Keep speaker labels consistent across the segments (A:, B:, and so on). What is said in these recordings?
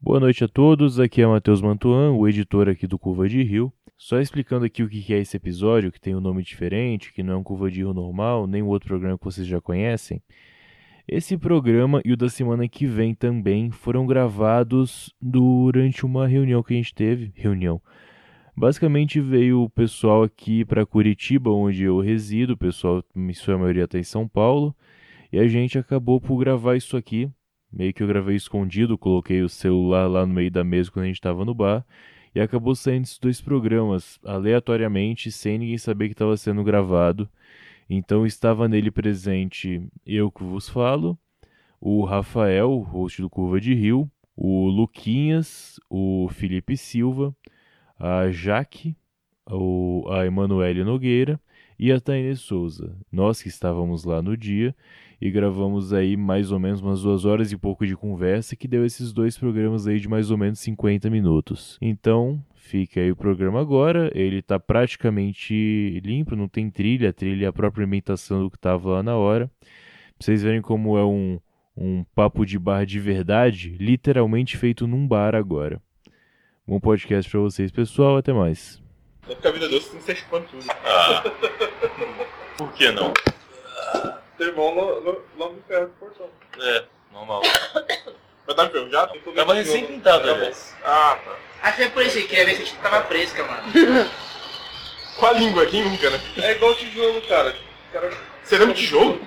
A: Boa noite a todos, aqui é Matheus Mantuan, o editor aqui do Curva de Rio. Só explicando aqui o que é esse episódio, que tem um nome diferente, que não é um Curva de Rio normal, nem o outro programa que vocês já conhecem. Esse programa e o da semana que vem também foram gravados durante uma reunião que a gente teve. Reunião. Basicamente veio o pessoal aqui para Curitiba, onde eu resido, o pessoal, em sua maioria, está em São Paulo, e a gente acabou por gravar isso aqui, Meio que eu gravei escondido, coloquei o celular lá no meio da mesa quando a gente estava no bar. E acabou saindo esses dois programas, aleatoriamente, sem ninguém saber que estava sendo gravado. Então estava nele presente eu que vos falo, o Rafael, host do Curva de Rio, o Luquinhas, o Felipe Silva, a Jaque, o- a Emanuele Nogueira e a Taine Souza. Nós que estávamos lá no dia e gravamos aí mais ou menos umas duas horas e pouco de conversa que deu esses dois programas aí de mais ou menos 50 minutos. Então, fica aí o programa agora, ele tá praticamente limpo, não tem trilha, a trilha é a própria imitação do que tava lá na hora. Pra vocês verem como é um, um papo de bar de verdade, literalmente feito num bar agora. Bom podcast pra vocês, pessoal, até mais.
B: É porque a vida doce tem que ser chupando tudo.
C: Ah. Por que não?
B: Teu irmão lo- lo- logo no ferro do portão.
C: É, normal.
B: Mas tá enferrujado? Tem problema
C: Tava
B: nenhum,
C: recém
B: né?
C: pintado,
B: Tá
C: aliás.
B: bom. Ah, tá.
D: Acho que é por isso que queria ver se a gente tava fresca, mano.
C: Com a língua, quem nunca, né?
B: É igual tijolo, cara. O cara
C: Você lembra de tijolo?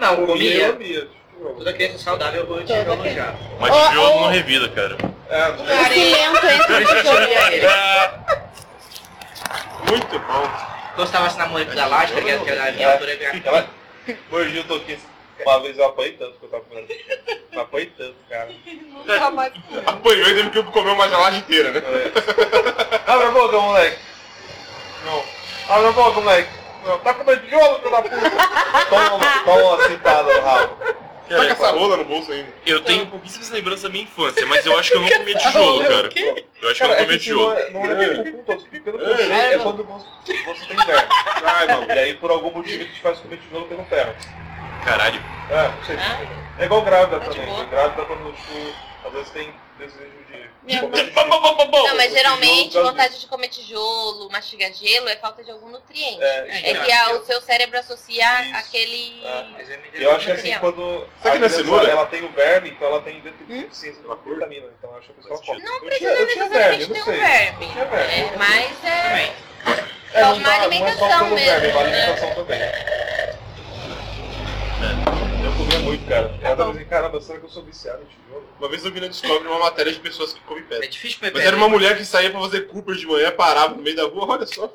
D: Não,
B: comia,
D: comia.
B: comia. tijolo.
D: Toda criança saudável banha tijolo já.
C: Mas
E: Ó,
C: tijolo
E: ó.
C: não revida, cara.
B: É,
E: O Cilento entra no jogo.
D: Comia ele.
B: muito bom.
D: Gostava assim na moleque da lástica, que era que era da minha altura. é minha-
B: Mordi o toquinho. Uma vez eu apanhei tanto que eu tava comendo. assim. Eu apanhei tanto, cara.
E: Nunca mais comi.
C: Apanhou e teve que comer uma gelada inteira, né?
B: Abre a boca, moleque. Não. Abre a boca, moleque. Não, tá comendo tijolo, filho da puta. Toma, toma uma citada no rabo. Tá com essa rola no bolso ainda.
C: Eu tenho pouquíssimas lembranças da minha infância, mas eu acho que eu não comia tijolo, cara. Eu acho que eu não
B: Cara,
C: comia
B: é que não
C: tijolo.
B: é, não é nem por culpa, pelo conceito, é quando você, você tem verme. Ai, mano, e aí por algum motivo te faz comer tijolo pelo ferro.
C: Caralho.
B: É, não sei. É igual grávida
E: Tá
B: também. Grávida quando, tipo, às vezes tem desejo de
E: Minha
B: comer
C: Bom,
B: tijolo.
C: bom, bom, bom, bom.
E: Não, mas geralmente
B: Tijolo, tá-
E: vontade de comer tijolo, mastigar gelo é falta de algum nutriente. É,
B: É,
E: que a- o seu cérebro associa
B: Isso.
E: aquele.
B: É.
D: Mas é meio
B: e eu acho que assim,
E: Criança.
B: quando
C: Sabe que
B: a
C: não é
B: criança,
C: cenoura?
B: ela tem o verme, então ela tem deficiência de vitamina, então eu acho que a pessoa
C: Faz sentido.
B: come.
E: Não
B: Eu tinha-
E: precisa
B: eu tinha verme,
E: necessariamente
B: eu
E: ter
B: não
E: um
B: sei.
E: verme.
B: Tinha verme.
E: É, mas é.
B: É, não
E: Só
B: dá-
E: uma
B: Não é só
E: alimentação
B: pelo
E: mesmo.
B: verme, é uma
E: né?
B: alimentação também. Eu comia muito, cara.
E: Tá
B: Eu tava assim, caramba, será que eu sou viciado em tijolo?
C: Uma vez eu vi na Discovery uma matéria de pessoas que comem
D: É
C: pedra.
D: difícil beber.
C: Mas era uma mulher que saía pra fazer Cooper de manhã, parava no meio da rua, olha só.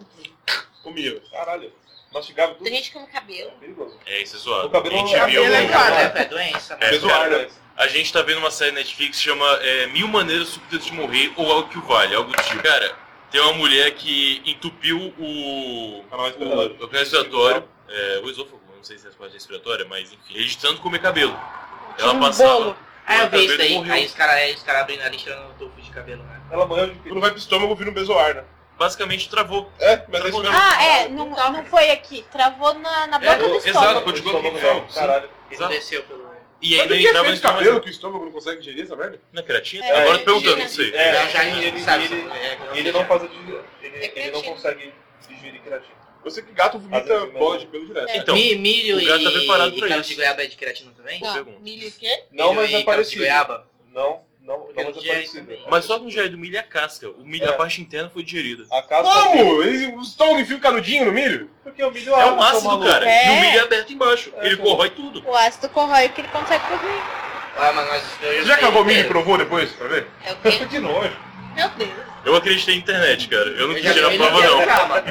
C: Comia.
B: Caralho. Mastigava tudo.
E: Tem gente que come cabelo.
B: É perigoso.
C: É, isso é assim, zoado.
B: O cabelo
C: a gente
B: não-
C: viu
B: cabelo
D: é
B: um-
D: claro, né? pô, É doença, mano.
C: É zoado.
B: Cara,
C: A gente tá vendo uma série Netflix que chama é, Mil Maneiras Súbitas de Morrer ou algo que o vale, algo do tipo. Cara, tem uma mulher que entupiu o.
B: Canal respiratório.
C: O, o respiratório, é, o esôfago, não sei se é a parte respiratória, mas enfim, ele de tanto comer cabelo. Ela passava.
D: Ah, eu vi isso
C: Cabelo
D: daí.
C: morreu.
D: Aí os caras os cara abrindo a lixeira no topo de cabelo, né?
B: Ela morreu de quê?
C: vai pro estômago, vira um bezoar, né? Basicamente travou.
B: É, mas é isso mesmo.
E: Ah, é, não,
F: Tá.
E: não foi aqui. Travou na,
B: É,
E: na boca do
F: É,
C: exato.
E: estômago.
C: quando chegou aqui,
B: Estômago,
C: sim.
B: Caralho.
D: Ele
C: Exato.
D: desceu pelo...
C: E ainda entrava no estômago.
B: que o estômago não consegue digerir essa merda?
C: Na creatina?
E: É,
C: Agora
E: é,
C: perguntando,
E: é,
C: não sei.
B: é.
D: Então, Já- já
B: ele-
D: sabe,
B: ele-
D: sabe, é,
B: Ele não faz a digerir. Ele,
E: É
B: ele não
E: creatina.
B: consegue digerir creatina.
C: Eu sei que gato
B: Às vezes mesmo.
C: pelo direto.
E: É.
C: Então,
D: Mi- milho
C: o gato
D: e,
C: tá preparado
D: e
C: pra
D: caldo
C: isso.
D: de goiaba é de creatina também?
E: Não,
C: pergunta.
E: milho o quê?
B: Não,
D: Milho
B: mas
D: e
B: é
D: caldo de
B: parecido.
D: goiaba?
B: Não, não, não, mas é
D: Porque é
B: parecido.
D: também.
C: mas só que no gel do milho é a casca. O milho,
B: É.
C: a parte interna foi digerida.
B: A casa...
C: O estômago enfia o canudinho no milho?
B: Porque o milho
C: É
B: ácido,
C: um ácido,
B: maluco.
C: cara.
E: É.
C: E o milho é aberto embaixo.
B: É,
C: ele
B: cara.
C: corrói tudo.
E: O ácido corrói o que ele consegue comer.
D: Ah, mas nós... eu sei inteiro.
C: provou depois, pra ver?
E: É o quê?
B: Que nojo.
E: Meu Deus.
C: Eu acreditei na internet, cara. Eu
D: Eu
C: não quis
D: já
C: tirar
D: vi
C: prova,
D: ele
C: não.
D: arrancar, mano.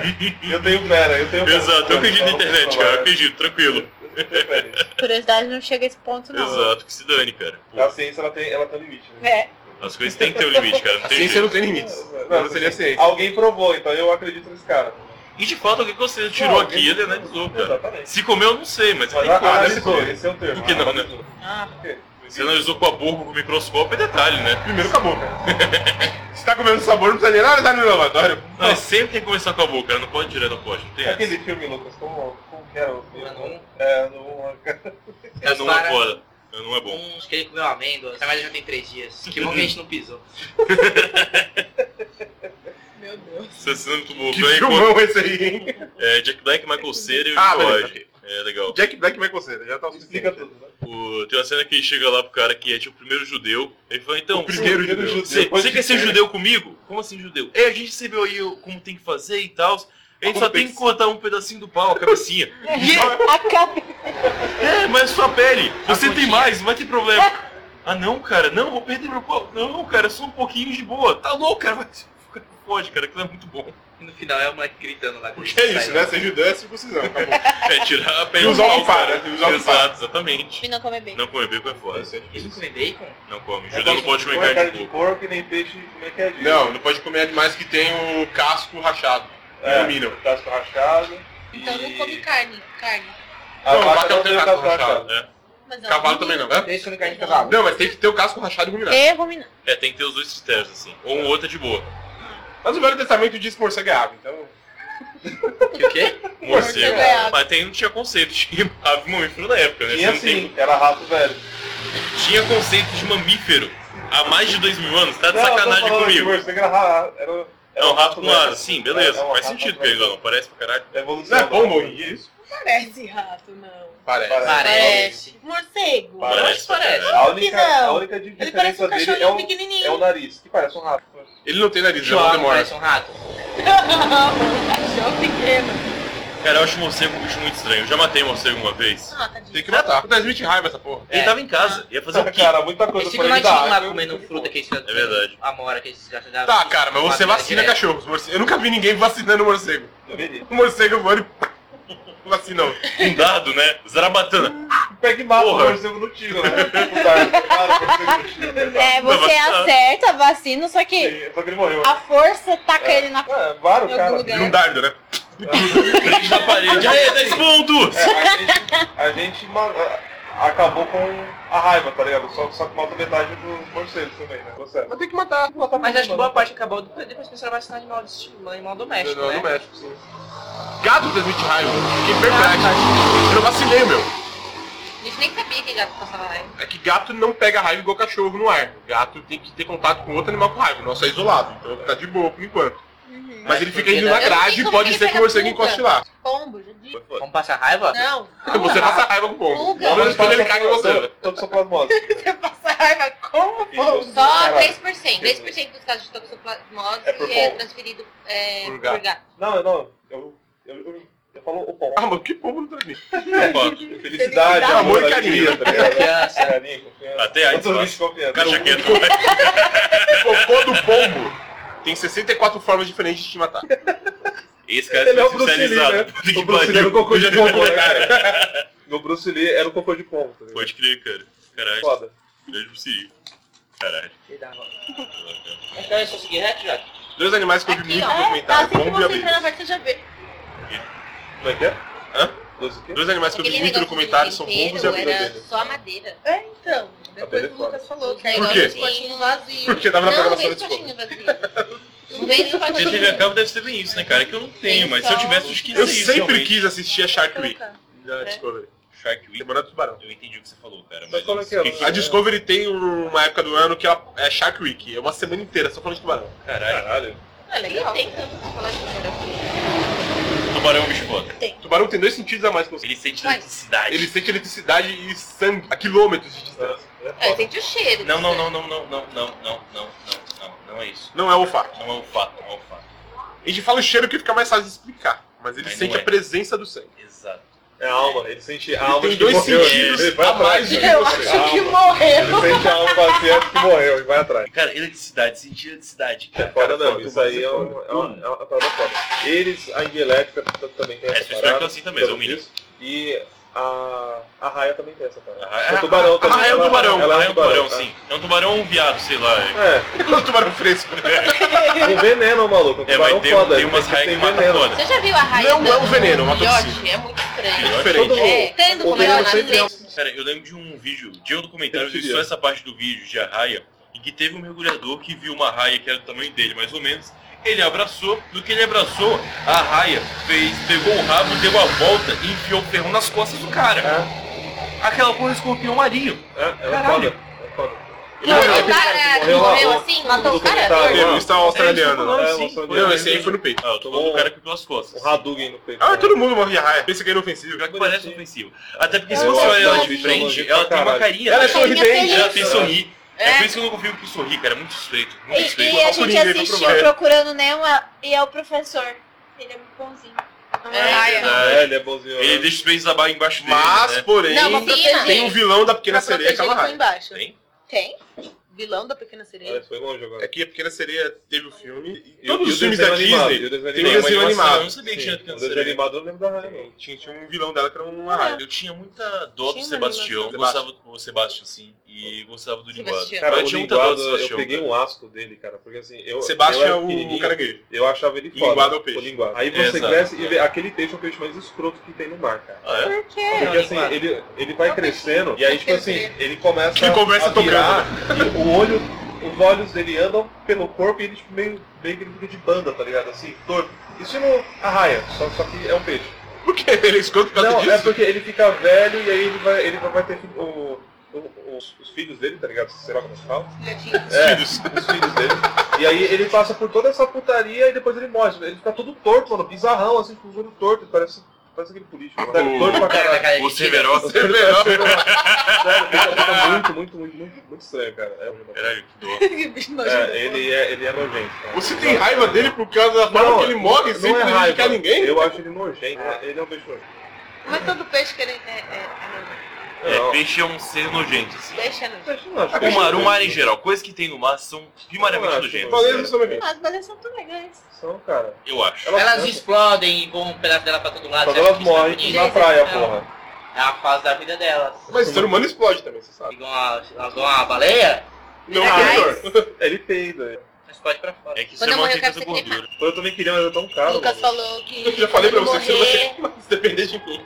B: Eu tenho pera, eu tenho
C: Exato, eu acredito na internet, cara. Eu acredito, tranquilo.
B: Eu tenho pera.
E: Curiosidade não chega a esse ponto, não.
C: Exato, que se dane, cara. Pô,
B: A ciência, ela tem, ela tem limite, né?
E: É.
C: as coisas têm que ter um limite, cara. Não tem jeito.
G: tem limites.
B: Não,
G: seria ciência.
B: Alguém provou, então eu acredito nesse cara.
C: E de fato, alguém que você tirou
B: Não,
C: aqui,
B: alguém-
C: ele analisou, cara.
B: Exatamente.
C: Se comeu, eu não sei, mas
B: né?
C: ele
B: Mas
C: tem que
B: a-
C: comer depois.
B: analisou, esse é o termo.
C: Por que não, né?
B: Analisou.
E: Ah,
C: Você analisou com a boca, com o microscópio, é detalhe, né?
G: Primeiro acabou. Se tá comendo sabor, não precisa nem analisar no laboratório.
C: Não, é sempre tem que começar com a boca, cara. Não pode direto ao pote, não tem essa.
B: Aquele é filme, Lucas, como, como que era o filme?
D: Anum?
B: É, no...
C: É, não
D: Para.
C: é foda. Não, não é bom.
D: Um, acho que ele comeu amêndoas. Essa merda já tem três dias. Que bom que a gente não pisou.
E: Meu Deus.
C: Assassino é do
G: Que
C: Morgan enquanto...
G: filmão esse aí, hein?
C: É, Jack Black, Michael Cera e o
G: Ah,
C: ah,
G: beleza,
C: É, legal.
G: Jack Black vai com você, já tá o suficiente.
B: Explica tudo, né?
C: O- Tem uma cena que ele chega lá pro cara que é tipo o primeiro judeu. Ele fala, então,
G: O primeiro
C: você-
G: judeu.
C: Você,
G: Pode
C: você quer ser
G: ser.
C: judeu comigo? Como assim judeu? É, a gente recebeu aí o- como tem que fazer e tal. A gente
G: Como
C: só
G: tem
C: tem que
G: que-
C: cortar um pedacinho do pau, a cabecinha.
E: Acabei.
C: É, mas sua pele, você tem
D: coxinha.
C: mais, não vai ter problema. Ah não, cara, não, vou perder meu pau. Não, cara, só um pouquinho de boa. Tá louco, cara, vai se fuder. Pode, cara, aquilo é muito bom.
D: E no final é o moleque gritando lá dentro.
G: Que é isso, né? Ser judeu é circuncisão, acabou.
C: É, tirar a pele
G: E usar
C: do pau,
G: um faro,
C: cara.
G: e usar um
C: Exato, exatamente.
E: E não comer bem.
C: Não comer bacon é foda.
G: Isso é difícil.
D: Ele não come bacon?
C: Não come.
G: É
B: Eu
C: Judeu não
B: gosto
C: pode
B: de
C: comer carne de porco.
B: porco e nem peixe, como é que é disso?
G: Não, não pode comer animais que tem o casco rachado.
B: É.
G: Iluminam.
B: Casco rachado.
E: Então
B: e-
E: não come carne. Carne.
B: A
G: Não, vaca
B: vaca
G: não
B: não tá
G: tem um
B: tem
G: casco
B: casco
G: rachado.
B: rachado.
C: né?
E: Mas ela
G: Cavalo também
E: ruminou.
G: não, né?
D: Eles comem carne de cavalo.
G: Não, mas tem que ter o casco rachado e ruminado.
E: É ruminante.
C: É, tem que ter os dois critérios, assim. Ou um outro é de boa.
G: Mas o Velho Testamento diz que morcego é ave, então...
D: Que o quê?
C: Morcego.
E: é ave.
C: Mas tem, não tinha conceito de ave mamífero na época, né?
B: Tinha
C: Você não tem-
G: assim-
B: sim, assim, era rato velho.
C: tinha conceito de mamífero há mais de dois mil anos. Tá de
B: Não, eu tô
C: sacanagem
B: falando que
C: comigo.
B: morcego Era, ra- era,
C: É
B: era
C: um rato com
B: velho.
C: asa, sim, beleza.
B: É, é um
C: Faz
B: rato
C: sentido,
B: velho.
C: Perigão. Parece pra caralho.
G: Não
B: Evolução. né?
G: é pombo, isso?
E: Parece rato, não.
G: Parece.
D: Parece.
E: Morcego.
C: Parece, parece.
B: A única, a
E: Não.
B: única di-
E: Ele parece
B: diferença
E: um
B: dele
E: cachorrinho
B: é o,
E: pequenininho.
B: é o nariz, que parece um rato.
G: Ele não tem nariz,
D: João
G: não
D: não
G: demora.
D: parece um rato.
E: Não, um cachorro pequeno.
C: Cara, eu acho morcego um bicho muito estranho. Eu já matei morcego uma vez.
E: Ah, tadinho.
G: Tem que matar. tá O transmite raiva essa porra.
C: Ele
D: É.
C: tava em casa, ia fazer o quê?
B: Cara, muita coisa
D: Eles ficam
B: pra
D: mais
B: ele
D: lá
B: viu?
D: comendo fruta que eles ficam
C: É verdade.
D: Amora que eles desgraçam da
G: Tá, cara, mas você
D: Madeira
G: vacina
D: direto.
G: cachorros. morce- Eu nunca vi ninguém vacinando morcego.
B: Deveria.
G: O morcego voa e vacinou.
C: Um dado, né? Zarabatana.
B: Pega e mata
C: Porra.
B: o morcego no tiro, né? O cara, cara, o morcego no tiro. né, cara?
F: É, você
C: Não,
F: acerta a vacina, só que
B: Sim, é Só que ele morreu.
F: a força taca
B: É.
F: ele na
B: É, vários
F: Em algum
B: caras.
F: lugar.
G: Num dardo, né?
C: Prende
G: Tá
C: na parede. Aê, 10 pontos!
B: É, a gente, a gente ma- acabou com a raiva, tá ligado? Só, só que mata metade dos morcegos também, né? Você-
G: Mas tem que matar. matar
D: Mas acho que boa
G: mano.
D: parte acabou depois que começaram a vacinar animal, de estilo, animal doméstico,
G: Não,
D: né?
G: no México, sim. Gato transmite raiva. Fiquei perplexo. Eu vacilei, meu.
E: A gente nem sabia que gato passava raiva.
G: É que gato não pega raiva igual cachorro no ar. O gato tem que ter contato com outro animal com raiva. O nosso é isolado, então tá de boa por enquanto.
F: Uhum.
G: Mas ele fica indo na
D: Eu
E: sei
G: grade e
E: como
G: pode
E: ele
G: ser que
E: pega
G: o morcego
E: pulga.
G: encoste lá.
E: Pombo, já disse.
D: Vamos passar raiva?
E: Não.
G: Você passa raiva com o pombo.
E: Pulga.
G: Pelo menos quando ele caga em
B: Toxoplasmose,
G: você.
B: Toxoplasmose.
E: Passar raiva como
B: pombo?
E: Só
B: Caralho.
E: 3%. 3% dos casos de toxoplasmose
B: É por
E: é,
B: pombo.
E: transferido é,
G: Por
E: por,
G: gato.
E: gato.
B: Não, não, eu, eu, eu, eu falo o pão.
G: Ah, mas que pombo não transmite?
B: Felicidade, amor e carinho, tá ligado?
D: Criança.
B: Carinho, confiança.
C: Até aí,
B: Todo mundo
C: fácil.
B: de confiança.
C: Deixa quieto, vai.
G: O cocô do pombo tem 64 formas diferentes de te matar.
C: Esse cara
B: Ele é
C: é
B: o Bruce Lee, né?
C: especializado. Puta que
B: O Bruce Lee
G: é
B: era o
C: pariu.
B: cocô de pombo, né, cara? No Bruce Lee era o cocô de pombo, tá ligado?
C: Pode crer, cara. Caralho, é
B: Foda.
C: grande Bruce Lee. Caralho.
D: Então é só seguir reto, já.
G: Dois animais que eu vi
E: Aqui,
G: muito
E: ó. É,
G: documentados,
E: tá, assim que
G: pombo e
E: você entrar na
G: abelha.
E: parte, você já vê.
B: Como é que é?
G: Hã?
B: Dois o quê?
G: Dois animais que eu vi
E: Aquele
G: muito
E: negócio
G: documentários
E: de
G: são
E: tempero
G: pombos e abelha
E: era
G: dele.
E: só a madeira.
F: É, então.
B: Abelha
F: Depois
B: é
F: o
B: foda.
F: Lucas falou
E: O
F: que
E: negócio
G: quê?
E: dos potinhos vazios.
G: Porque tava na
E: não,
G: programação
E: vem
G: da
E: os
G: escola.
E: potinhos vazios. Não vem os
C: Você
G: é
E: potinhos
C: teve a cabo, deve ser bem isso, né, cara? Que eu não tenho, mas se eu tivesse, eu esqueci
G: Eu
C: isso,
G: sempre
C: realmente.
G: quis assistir a Shark Week.
E: Colocar.
G: Da
E: Então, É.
G: Discovery.
C: Shark Week.
G: Semana do Tubarão.
C: Eu entendi o que você falou, cara.
B: Mas
C: Mas
B: qual é que é?
C: Que-
G: A Discovery tem uma época do ano que ela é Shark Week. É uma semana inteira só falando de tubarão.
C: Caralho.
E: É legal. Tem tanto pra falar de fotografia.
C: Tubarão é um bicho foda.
G: Tubarão tem dois sentidos a mais que você.
C: Ele sente
E: Vai.
C: eletricidade.
G: Ele sente eletricidade e sangue a quilômetros de distância.
E: É, sente o cheiro.
C: Não, não, não, não, não, não, não, não, não, não, não, não é isso.
G: Não é olfato.
C: Não é o fato, não é o fato.
G: A gente fala o cheiro que fica mais fácil de explicar. Mas ele
C: Mas
G: sente
C: não é.
G: a presença do sangue.
C: Exato.
B: É a alma, ele sente a
G: Ele
B: alma
G: tem
B: de
G: dois
B: que morreu.
G: sentidos
B: ele vai
G: a
B: atrás
G: mais
B: de
G: do
B: você.
G: que
F: Eu
G: você.
B: A
F: acho que
B: alma.
F: morreu.
B: Ele sente a alma vazia de que morreu e vai atrás.
C: Cara, é eletricidade, sentir eletricidade.
B: É
C: Cara,
B: foda não,
G: foda,
B: isso
G: foda,
B: aí é,
G: foda.
B: um, é, uma, é uma parada foda. Eles, a Indialética também tem
C: É,
B: essa
C: se espera que
B: parada.
C: é assim também, é o
B: pelo
C: mínimo.
B: visto. E a, a Raia também tem essa parada.
C: A raia-
B: O tubarão também.
C: Ah, é um
B: ela-
C: tubarão,
B: ela
C: ah, é um tubarão,
B: tá?
C: sim. É um tubarão ou um viado, sei lá. é.
B: É,
G: É um tubarão fresco.
B: com veneno, maluco. Um
C: É,
B: tubarão
C: mas tem,
B: foda.
C: tem umas
B: que
C: raias que
B: tem
C: matam
B: veneno.
C: foda.
E: Você já viu a raia?
G: Não é um
E: dando
G: veneno, é uma
E: filhote?
G: toxina.
E: É muito estranho.
C: Filhote?
B: Todo mundo.
E: É, tendo
B: O
E: como ela
B: veneno
E: na
B: sempre é um
E: frente.
C: Cara, eu lembro de um vídeo, de um documentário,
B: Eu
C: de
B: queria.
C: só essa parte do vídeo de arraia, em que teve um mergulhador que viu uma raia que era do tamanho dele, mais ou menos. Ele abraçou, no que ele abraçou, a raia fez, pegou o rabo, deu a volta e enfiou o ferrão nas costas do cara.
B: É.
C: Aquela porra do escorpião marinho.
B: É
C: Caralho.
B: foda. É foda.
E: Não, o cara que
B: morreu lá,
E: morreu
B: ó.
E: assim, matou o
B: Tudo que ele
E: cara?
B: tava
G: Peru,
B: vendo.
G: está australiano.
C: É,
G: né?
B: É,
C: isso,
B: mostrou
C: não,
B: dele.
G: Não, esse aí foi no peito.
C: Ah, eu tô falando do cara que pelas costas.
B: Um Hadouken no peito.
G: Ah, todo mundo morria raia. Pensei que era ofensivo.
C: Pior que parece ofensivo. Até porque se
B: Eu
C: você
B: acho
C: olha ela de
B: nojento,
C: frente,
B: nojento
C: ela
B: pra
C: tem uma
B: caralho.
C: carinha. né?
G: Ela é
F: Carinha
G: sorridente.
F: feliz.
C: Ela tem sorrir. É.
G: um
E: É.
C: por isso que eu não confio que sorrir, cara. É muito suspeito.
F: E,
C: Muito suspeito.
F: e a
G: Ao
F: gente
G: Coringa,
F: assistiu
G: pro- é.
F: Procurando Nemo e é o professor. Ele é muito bonzinho.
E: É,
F: É,
C: verdade.
B: É, ele é bonzinho.
C: Ele
B: né?
C: deixa os peitos abaixo embaixo dele.
G: Mas,
C: né?
G: porém,
H: Não, mas
E: Pina.
G: tem o vilão da Pequena
H: Pra
G: Sereia
H: proteger
G: que é ela
H: ele foi
G: raia.
H: embaixo.
C: Tem?
H: Tem? Vilão da Pequena
B: Ah, Ele
H: Sereia?
B: foi longe agora.
G: É que a Pequena Sereia teve o filme. E
B: E o-
G: todos
B: e
G: os
B: o
G: filmes
B: desenho
G: da
B: animado,
G: Disney.
B: e o desenho
G: tem
C: Tem
B: animado.
C: uma
G: desenho
C: animação,
G: animado.
C: Eu não sabia que tinha
B: O
C: criança.
B: desenho animado eu não lembro da raia, não.
G: Tinha, tinha um vilão dela que era uma raia.
C: Ah, Eu tinha muita dó do
H: Tinha uma
C: Sebastião.
G: animação.
C: Gostava do Sebastião, sim. E gostava do Linguado.
H: Sebastião.
B: Cara,
C: Eu
B: o
C: tinha muita dó
B: linguado,
C: do
B: eu
C: Sebastião.
B: peguei um asco dele, cara, porque assim, eu,
G: Sebastião
B: eu
G: é
B: era pequenininho,
G: o caranguejo.
B: eu achava ele foda,
G: Linguado é o peixe.
B: linguado. Aí você
C: Exato.
B: cresce e vê, aquele peixe é o peixe mais escroto que tem no mar, cara.
C: Ah, é?
H: Por quê?
B: Porque assim, ele, ele vai crescendo e aí, tipo assim, ele começa,
G: Ele começa
B: a virar e o olho, os olhos dele andam pelo corpo e ele tipo, meio, meio que ele fica de banda, tá ligado? Assim, torto. Isso não arraia, só, só que é um peixe.
G: Por que ele é escroto por causa
B: Não,
G: disso?
B: é porque ele fica velho e aí ele vai, ele vai ter fi- o- o- os, os filhos dele, tá ligado? Sei lá como se fala. É,
G: Filhos.
B: os filhos dele. E aí ele passa por toda essa putaria e depois ele morre. Ele fica todo torto, mano, bizarrão, assim, com o olho torto, parece, parece aquele político. mano. Sério, torto pra caralho.
D: cara,
C: O Severó.
G: É
B: Você vê, ó, Sério, fica, fica muito, muito, muito, muito, muito estranho, cara. É, um-
C: Caralho, que dó.
H: Que bicho nojento.
B: é, ele é, ele é nojento. cara.
G: Você tem raiva dele por causa da forma que ele morre sem
C: é
G: prejudicar ninguém?
B: é Eu acho ele nojento. né? Ele é um bicho nojento.
H: Mas todo peixe que ele... É, é, é nojento.
C: É, peixe é um ser nojento, assim.
H: Peixe é nojento.
B: Peixe não acho
C: O
B: peixe
C: mar, o
B: nojento.
C: mar em geral, coisas que tem no mar são primariamente
B: Eu acho,
C: nojentas.
B: mano.
G: Falei isso também.
H: As baleias são tão legais.
B: São, cara.
C: Eu acho.
D: Elas explodem e vão um pedaço dela pra todo lado.
B: Quando
D: você acha
B: elas
D: que isso é
B: morrem
D: bonito?
B: na praia, porra.
D: É a fase da vida delas.
G: Mas o ser humano explode também, você sabe.
D: Ligam a, elas dão uma baleia,
G: Não,
F: É,
H: Aliás,
G: senhor.
B: Ele peida.
D: mas pode pra fora.
C: É que isso
E: Quando
C: é
E: eu
C: uma
E: morrer, eu quero
C: riqueza
E: ser
C: gordura.
B: Eu também queria, mas é tão caro.
H: Lucas
B: mano.
H: falou que.
G: Eu já falei pra
E: Quando
G: você que você não vai
E: morrer,
G: ter que mais depender de mim.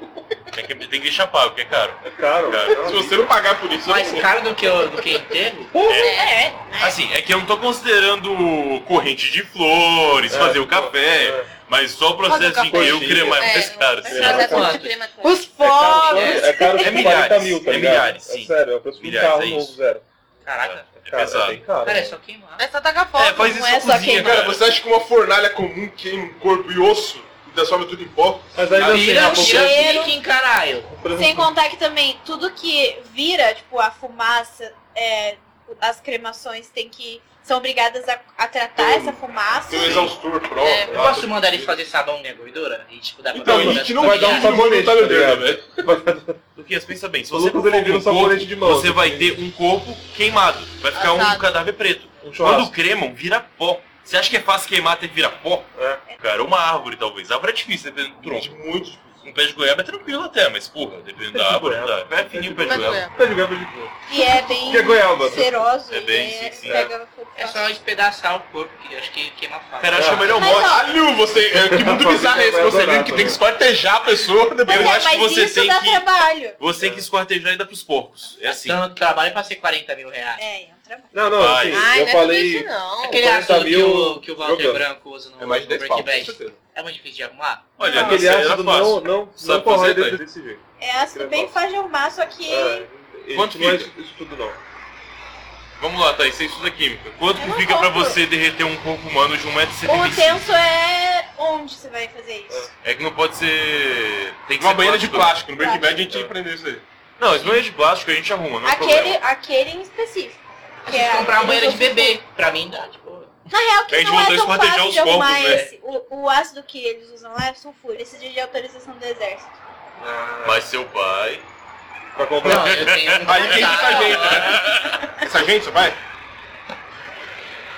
C: Tem que, tem que deixar pago, porque é caro.
B: É caro.
C: Cara,
B: é uma
G: Se você não pagar por isso, eu
D: Mais
G: não vou.
D: caro do que, o- do que enterro?
E: É,
C: Assim, é que eu não tô considerando corrente de flores,
B: É,
C: fazer o
B: pô,
C: café,
B: é.
C: mas só o processo de
H: Fazer o
C: eu
B: café.
C: cremar é mais
E: É,
C: caro.
E: é
C: assim.
E: processo
D: Quanto?
E: de crematório.
H: Os
B: caro,
H: pobres!
B: é caro
C: É
B: tipo
C: milhares,
B: 40 mil, tá
C: é
B: ligado?
C: milhares, sim.
B: É sério, é o preço de um
C: Milhares,
B: carro
C: é isso.
B: novo, zero.
D: Caraca.
B: É caro,
C: pesado.
B: bem caro.
D: Cara, é
B: mano.
D: só queimar.
H: É só tacar fogo.
C: É, faz isso
H: não é
C: na
H: só
C: cozinha,
H: queimar.
G: Cara, você acha que uma fornalha comum queima um corpo e osso e transforma tudo em pó?
B: Mas ainda
G: Aí
B: assim,
D: Tira
B: ah,
D: o
B: porque-
D: cheiro que encaralho.
B: por
F: Sem
B: exemplo,
F: contar que também tudo que vira, tipo, a fumaça, é, as cremações tem que. são obrigadas a, a tratar essa fumaça.
G: Tem um exaustor próprio.
E: É,
D: Eu posso mandar eles fazer sabão né, gordura? E tipo, dá pra
G: Então, a
D: fazer
G: gente
D: pra-
G: não vai dar um
D: pra-
G: sabonete, tá
B: tá ligado?
G: velho?
C: Luquinhas, pensa bem, se
B: O
C: você
B: Lucas ele vira um
C: for um corpo,
B: sabonete de mão.
C: você vai ter um corpo queimado, vai ficar um
E: Assado.
C: cadáver preto.
B: um
C: Quando
B: churrasco.
C: cremam, vira pó. Você acha que é fácil queimar até virar pó? Cara, uma árvore talvez. Árvore é difícil, dependendo do tronco.
G: Muito difícil.
C: Um pé de goiaba é tranquilo até, mas porra, dependendo da
B: de
C: árvore,
B: goiaba.
C: tá? É fininho o pé de
E: Mas
C: goiaba.
E: é.
B: Tá de goiaba de boa.
F: E é bem
B: Que é goiaba.
F: seroso.
C: É
F: e
C: bem,
F: é-
C: sim, sim.
F: pega fogo
D: É
F: fácil.
D: só espedaçar o corpo, que acho que queima fácil.
C: Cara, eu acho que é melhor
F: Mas,
C: morte.
F: ó,
G: Caralho, você. é, Que mundo bizarro é esse que você vive que tem que esquartejar a pessoa né?
F: Mas,
G: depois.
C: eu
F: é,
C: acho que
F: mas
C: você
F: isso
C: tem
F: dá
C: que-
F: trabalho.
C: Você tem que esquartejar ainda pros porcos. É assim.
D: Dando trabalho pra ser 40 mil reais.
F: É, é um trabalho.
B: Não, não,
C: Vai.
B: assim,
E: Ai,
B: eu
E: não é tudo
B: falei...
E: isso não.
D: Aquele
B: 40
D: ácido que
B: mil
D: o, que o Walter
B: jogando.
D: Branco usa no,
G: É mais
D: no
G: de 10
D: Breaking
G: pau, com
D: Bad.
G: certeza.
D: É muito difícil de arrumar?
C: Olha,
B: Aquele
C: essa era
B: ácido não,
C: fácil.
B: não, não
C: Sabe
B: corrói
C: fazer,
B: desse,
C: pai?
B: desse jeito.
F: É ácido bem fácil de arrumar, só que.
B: É, ele
C: Quanto
B: não é
C: fica?
B: isso tudo não.
C: Vamos lá, Thaís, você estuda química. Quanto
F: Eu
C: que
F: não
C: fica pra
F: compro.
C: você derreter um corpo humano de
F: O
C: 1,75m?
F: tenso é onde você vai fazer isso.
C: É que não pode ser. Tem que
G: Uma
C: ser
G: banheira de plástico. No Breaking Bad
F: Plástico.
G: a gente aprendeu isso aí.
C: Não, as banheiras de plástico a gente arruma, não é
F: aquele,
C: problema.
F: aquele em específico.
D: A
F: que é
D: gente comprar uma
F: aquele
D: banheira de
F: do-
D: bebê. Pra mim dá, tipo...
F: Na real,
C: A
F: que
C: gente
F: não
C: voltou a
F: é tão
C: esquartejar
F: fácil
C: os
F: de arrumar
C: corpos, né?
F: esse. O, o ácido que eles usam lá é sulfúrico. Precisa de autorização do exército.
C: Mas seu pai.
B: Pra comprar
D: Não, eu tenho um
G: Aí quem que
D: contato,
G: faz né? gente? Essa gente, vai?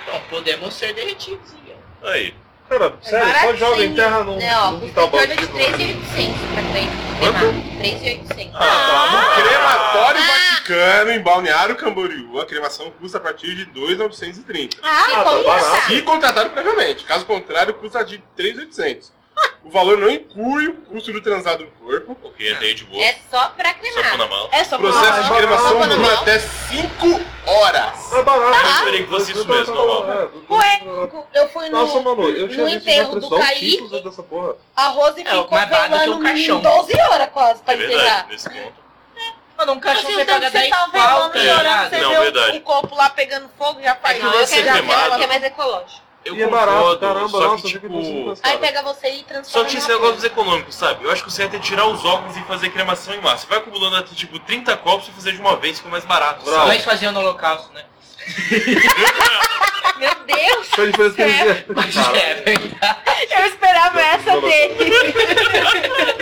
D: Então, podemos ser derretidos, hein?
C: Aí.
B: Cara, É sério, só
E: baratinho.
B: joga em terra não.
E: Não, ó,
B: não
E: custa
B: tá
E: em
B: bom.
E: torno de 3,800 pra cremar.
C: Ah,
E: 3,800.
C: tá
G: Crematório
E: Ah.
G: Vaticano em Balneário Camboriú. A cremação custa a partir de 2,930.
F: Ah,
B: tá barato.
G: Se contratado previamente. Caso contrário, custa de 3,800. O valor não inclui o custo do transado no corpo.
C: Ok, até aí de boa.
E: É só pra
C: Só pôr
E: cremar.
C: na mala.
F: é só
G: O processo de cremação
E: Ah,
G: dura
E: não.
G: até 5 horas.
B: É barato.
C: Eu esperei que fosse isso mesmo, normal.
B: Ué.
H: Eu fui no
B: Nossa, mano, eu tinha
E: no
B: visto
E: enterro do
B: uma pressão
E: Kaique.
B: títulos dessa porra.
H: arroz e
D: É,
H: ficou
D: mais barato que um
H: pelando
D: caixão.
H: 12 horas quase pra
C: É
H: enterrar.
C: verdade, nesse ponto.
H: Mano, um cachorro
F: Assim,
H: você
F: então
H: paga
F: você
H: 10
F: tá vendo
H: pau,
F: lá no
H: tá
F: jornal,
H: ligado?
F: você
C: Não,
H: vê o-
C: verdade.
H: o corpo lá pegando fogo, já faz.
E: Não,
H: Você
E: eu
H: já-
E: quero
C: ser
H: já-
C: cremado.
E: que é mais ecológico.
C: Eu
B: E é barato,
C: concordo,
B: caramba,
C: só
B: nossa,
C: que,
B: eu fico pensando
C: tipo...
B: nisso.
E: Aí pega você e transforma.
C: Só que
E: em
C: esse
E: uma
C: negócio dos
E: coisa.
C: econômicos, sabe? Eu acho que o certo é tirar os óculos e fazer cremação em massa. Você vai acumulando até tipo 30 copos e fazer de uma vez, fica mais barato.
B: Brau.
D: Como
C: sabe?
D: eles faziam no holocausto, né?
E: Meu Deus!
B: Qual a diferença que eles fizeram?
D: Mas
B: Cara,
D: é, velho.
F: Eu esperava essa dele.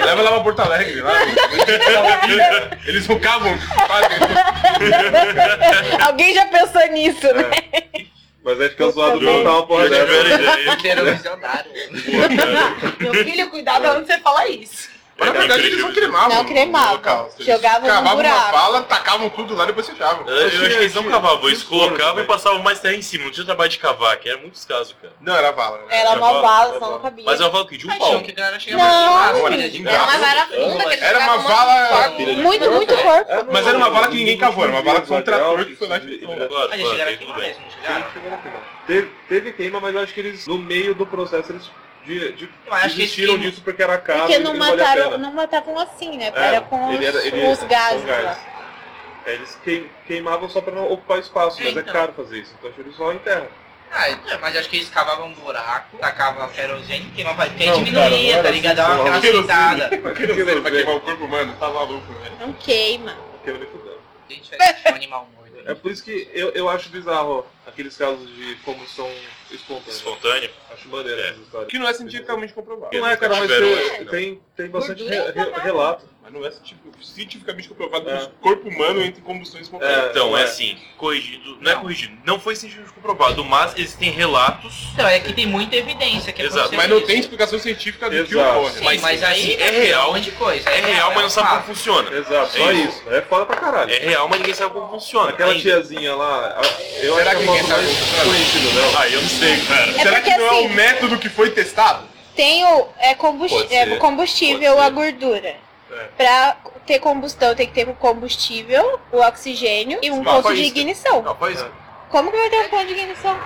G: Leva lá pra Porto Alegre, lá. Eles rucavam. fazem-
F: Alguém já pensou nisso, né?
B: Mas aí fica zoado de
C: Não, é
B: botar uma
G: é
B: porra
C: eu
B: dessa.
C: tiver ideia.
D: Era um visionário. é.
H: Meu filho, cuidado onde você fala isso.
G: Mas na verdade eles não cremavam.
F: Não cremavam.
G: no holocausto. Eles
F: Jogavam num
G: Cavavam uma
F: buraco.
G: bala, tacavam tudo lá e depois fechavam.
C: é Eu acho que eles não cavavam,
G: é
C: eles
B: Que foram,
C: colocavam
G: né?
C: e
B: velho.
C: passavam mais terra em cima. Não tinha trabalho de cavar, que era muitos casos, cara.
G: Não, era bala. né?
F: Era uma
C: bala,
F: bala,
G: era
F: só não
G: bala.
F: cabia.
C: Mas eu falo que de um pau.
D: Acham que a galera chega
F: Não.
D: mais
C: né?
E: Era uma vara funda que eles
G: Era uma
E: jogavam
G: bala.
E: monte de pau.
F: Muito, muito corpo.
G: Mas era uma bala que ninguém cavou, era uma bala que
B: é
G: foi um trator que foi lá e chutou.
C: Claro, claro,
D: A gente chegaram
C: aí
D: aqui
C: tudo bem.
D: mesmo, não chegaram?
B: Teve, teve queima, mas eu acho que eles, no meio do processo, eles de, de,
D: Eu acho que eles
B: desistiram
D: queimam.
B: disso porque era caro
F: Porque
B: e
F: não
B: não valia a
F: mataram,
B: pena.
F: não matavam assim, né?
B: É,
F: Era com os,
B: ele era- ele-
F: os
B: são
F: gases.
B: gás.
F: lá.
B: É, Eles queim- queimavam só pra não ocupar espaço,
D: É,
B: mas
D: então.
B: é caro fazer isso. Então acho que eles só enterram.
D: Ah, é, mas acho que eles cavavam um buraco, tacavam querosene, queimavam, porque
B: Não, cara, não
D: diminuía,
B: era
D: tá ligado?
B: assim,
D: Dava aquela
G: querosene.
D: aceitada.
G: Aquilo ali pra queimar o corpo humano, tá maluco, velho.
F: Não queima.
B: Queima nem fudendo.
D: Gente, é um animal morto.
B: É por isso que eu, eu acho bizarro aqueles casos de combustão espontânea.
C: Espontâneo.
B: Acho maneiro
C: É.
B: essas histórias.
G: Que não é cientificamente comprovado.
B: Não é, cara, mas
C: Tiveram,
B: tem,
C: acho que não.
B: tem, tem bastante re,
E: Gordura
B: re- relato.
G: Mas não é cientific- cientificamente comprovado
B: É.
G: que o corpo humano entra em combustão espontânea.
B: É.
C: Então, é assim, corrigido. Não é
D: Não.
C: corrigido, não foi cientificamente comprovado, mas existem relatos
D: Então, é que tem muita evidência que
C: Exato,
D: aconteceu
G: Mas não
D: isso.
G: tem explicação científica do que
B: Exato.
G: ocorre.
D: Sim,
C: mas-
D: mas, aí
C: sim, é real.
D: um monte de coisa.
C: É real, mas não sabe como
D: fato.
C: funciona.
B: Exato, só
C: É
B: isso. É foda pra caralho.
C: É real, mas ninguém sabe como funciona.
B: Aquela
C: Ainda.
B: tiazinha lá, a- eu
G: Será
B: acho que
G: que
B: é o
G: ninguém
B: modo mais
G: sabe como
B: conhecido dela.
C: Ah, eu não sei, cara.
F: É
G: Será
F: porque
G: que não é
F: assim-
G: o método que foi testado?
F: Tem o é combust-
B: Pode
F: é
B: ser,
F: combustível
B: pode
F: a
B: ser.
F: gordura.
G: É.
F: Pra ter combustão tem que ter o combustível, o oxigênio e um
G: Não,
F: ponto
G: faz
F: de
G: isso.
F: ignição.
G: Não, foi isso.
F: Como que vai ter um ponto de ignição?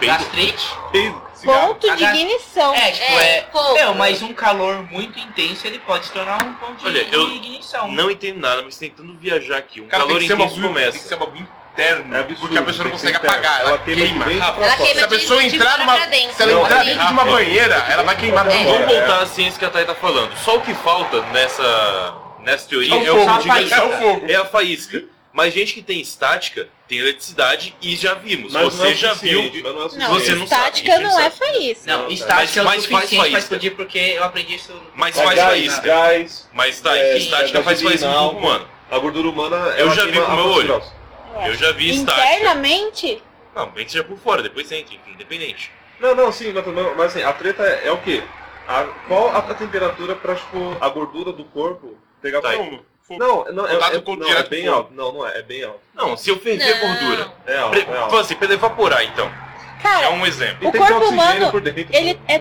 D: Gastrite?
G: Peido, cigarro.
F: Ponto de
D: H-
F: ignição.
D: É, tipo, é...
E: É, pô.
D: Não, mas um calor muito intenso, ele pode se tornar um ponto de
C: Olha, eu
D: ignição.
C: Não entendo nada, mas tentando viajar aqui. Um
G: Cara,
C: calor
G: tem que ser um
C: intenso
G: bagulho, tem que ser
C: começa.
G: um bagulho interno.
B: É absurdo,
G: porque a pessoa não
B: tem que ser
G: consegue
B: interno.
G: apagar. Ela,
B: Ela queima
G: queima.
B: de
G: rápido.
E: Ela queima
G: se a
E: de-
G: pessoa
E: de
G: entrar
E: fora
G: numa.
E: pra dentro.
G: Se ela
F: né?
B: Não,
G: entrar
B: é
G: dentro de uma
C: rápido.
G: banheira, ela vai queimar
E: É.
G: pra
C: Vamos
G: fora.
C: voltar à ciência que a Thay tá falando. Só o que falta nessa, nessa teoria
G: É
C: é o
G: o
C: ponto de
G: fogo, é o
C: ignição.
G: fogo.
C: É a faísca. Mas gente que tem estática tem eletricidade e já vimos.
B: Mas não
C: Você
B: é
C: já
B: suficiente,
C: viu.
B: mas não é
F: Não,
C: Você
B: suficiente.
C: não
F: estática
C: sabe,
F: não
C: você
F: é
C: não
F: faísca.
D: Não, estática
C: Mas- mas
D: é o
C: faz
D: suficiente
C: faísca.
D: pra explodir, porque eu aprendi isso... no-
C: Mas
B: É
C: faz
B: gás,
C: faísca.
B: gás,
C: Mas tá,
B: É,
C: estática
B: é
C: faz faísca no
B: gasolinal.
C: corpo humano.
B: a gordura humana...
C: Eu
B: ela
C: já vi
B: queima
C: com
B: a
C: meu
B: força
C: olho.
B: de braço.
C: Eu já vi estática.
F: Internamente,
C: Não, bem que seja por fora, depois você entra, enfim, independente.
B: Não, não, sim, mas, também- mas assim, a treta é, é o quê? A- qual a, a temperatura pra, tipo, a gordura do corpo pegar
C: Tá.
B: fogo?
G: Fogo. Fogo.
B: Não, não, é,
G: Contato
B: é-
G: com o
B: não, é
G: direto
B: bem
G: fogo.
B: alto. Não, não é, é bem alto.
C: Não, se eu ferver a gordura.
B: É alto,
C: Pre-
B: é alto.
C: Assim, pra evaporar, então. É
F: cara,
C: um exemplo.
B: E
F: o
B: tem que ter
F: corpo
B: oxigênio
F: humano,
B: por dentro. né?
F: ele é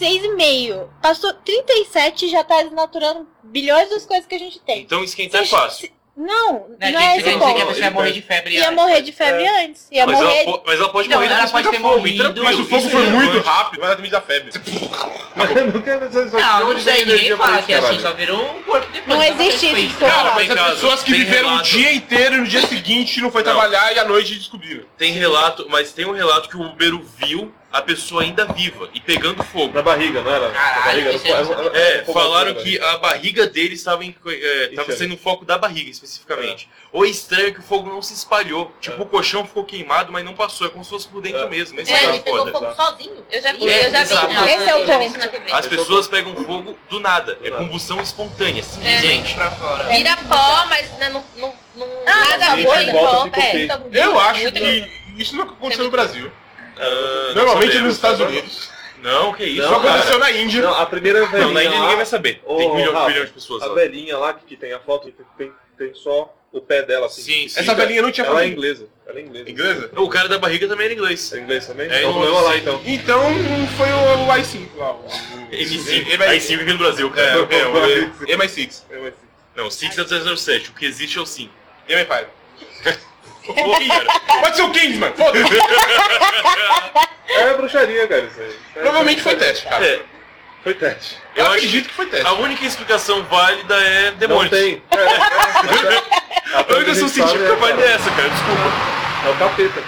F: 36,5. Passou 37 já tá desnaturando bilhões das coisas que a gente tem.
C: Então esquentar é
F: Se-
C: fácil.
F: se- Não,
D: Né,
F: não
D: tem
F: é
D: que
F: esse
D: dizer que a
F: ponto.
D: pessoa ia morrer de febre
F: Ia
D: antes.
F: morrer de febre antes. Ia
C: É. mas,
F: morrer.
C: ela, po- mas ela pode
D: Não,
C: morrer
D: ela
C: depois
D: pode
C: de
D: ter
C: fogo,
D: morrido,
C: tranquilo.
G: Mas o fogo
C: Isso
G: foi
C: é
G: muito
C: relevante.
G: rápido, vai admitir a febre.
B: não quero dizer isso,
D: Não,
B: eu
D: não sei, ninguém
B: energia pra
D: fala
B: isso,
D: que é assim,
B: caralho.
D: só virou um corpo depois.
F: Não
D: só
F: existe
D: fez
F: isso,
D: feito.
F: porra.
G: Cara, mas
C: Tem
G: as
C: caso,
G: pessoas que
C: tem
G: viveram o
C: relato.
G: dia inteiro e no dia seguinte não foi
C: Não.
G: trabalhar e à noite descobriram.
C: Tem relato, mas tem um relato que o bombeiro viu a pessoa ainda viva e pegando fogo.
B: Na barriga, não era?
D: Caralho,
B: Na barriga,
D: isso é
B: era- era- era-
C: É,
B: era- era-
C: falaram
B: era-
C: que a barriga dele estava, em, é,
B: Isso
C: estava
B: é.
C: sendo o foco da barriga, especificamente. Ou é estranho que o fogo não se espalhou. Tipo, o colchão ficou queimado, mas não passou. É como se fosse por dentro
B: É.
C: mesmo. Esse
E: É,
C: é,
E: ele
C: o
E: pegou
C: foda.
D: tá?
E: fogo sozinho. Eu já vi,
C: É,
E: eu já vi.
C: exato.
E: não,
F: Esse é o
E: eu já vi isso
F: ponto.
E: na TV.
C: As
B: Esse é o
C: pessoas pegam fogo do nada.
B: Do
C: É
B: nada.
C: combustão espontânea, assim, simplesmente.
D: Pra fora.
E: Vira pó, mas né, não, não, não,
F: Ah, é um
E: nada
B: sim,
E: ruim,
B: de volta fica
E: é,
B: ok.
F: então,
E: fica bonito,
G: Eu acho
E: muito bonito.
G: que isso nunca aconteceu no Brasil.
C: Ah,
G: Normalmente é
C: não
G: nos Estados
C: sabemos.
G: Unidos.
C: Não, que isso,
G: Só
B: Não,
C: cara.
G: aconteceu na Índia.
B: Não, a primeira velhinha
C: Não, na Índia
B: lá,
C: ninguém vai saber.
B: Ô,
C: Tem um milhão,
B: Rafa, tá
C: bilhão de pessoas
B: a
C: lá.
B: velhinha lá que, que tem a foto, que tem, tem só o pé dela assim.
C: Sim, sim.
G: Essa velhinha não tinha
B: Ela é
G: família.
B: inglesa. Ela é inglesa.
G: Inglesa?
C: O cara da barriga também era inglês.
B: É inglês também?
C: É,
B: então
C: inglês,
B: vamos lá
C: sim.
B: então.
G: Então foi o, o I5 lá. O, o,
C: M5,
G: o- o-
C: i5 aqui no Brasil, cara.
G: É, é, o
B: o-
G: MI6.
B: Eu, assim,
C: Não, o 6 é 307, o que existe é o 5.
G: MI5.
C: Pô, cara,
G: Pode ser o Kingsman. Foda-se.
B: É bruxaria, cara, isso aí.
G: Provavelmente foi teste, cara.
C: é,
B: Foi teste.
C: Eu acho
G: acredito que foi teste.
C: A única explicação válida é
B: Não
C: demônios.
B: tem. É, é.
C: A única solução científica vale essa, cara, desculpa.
B: É o capeta.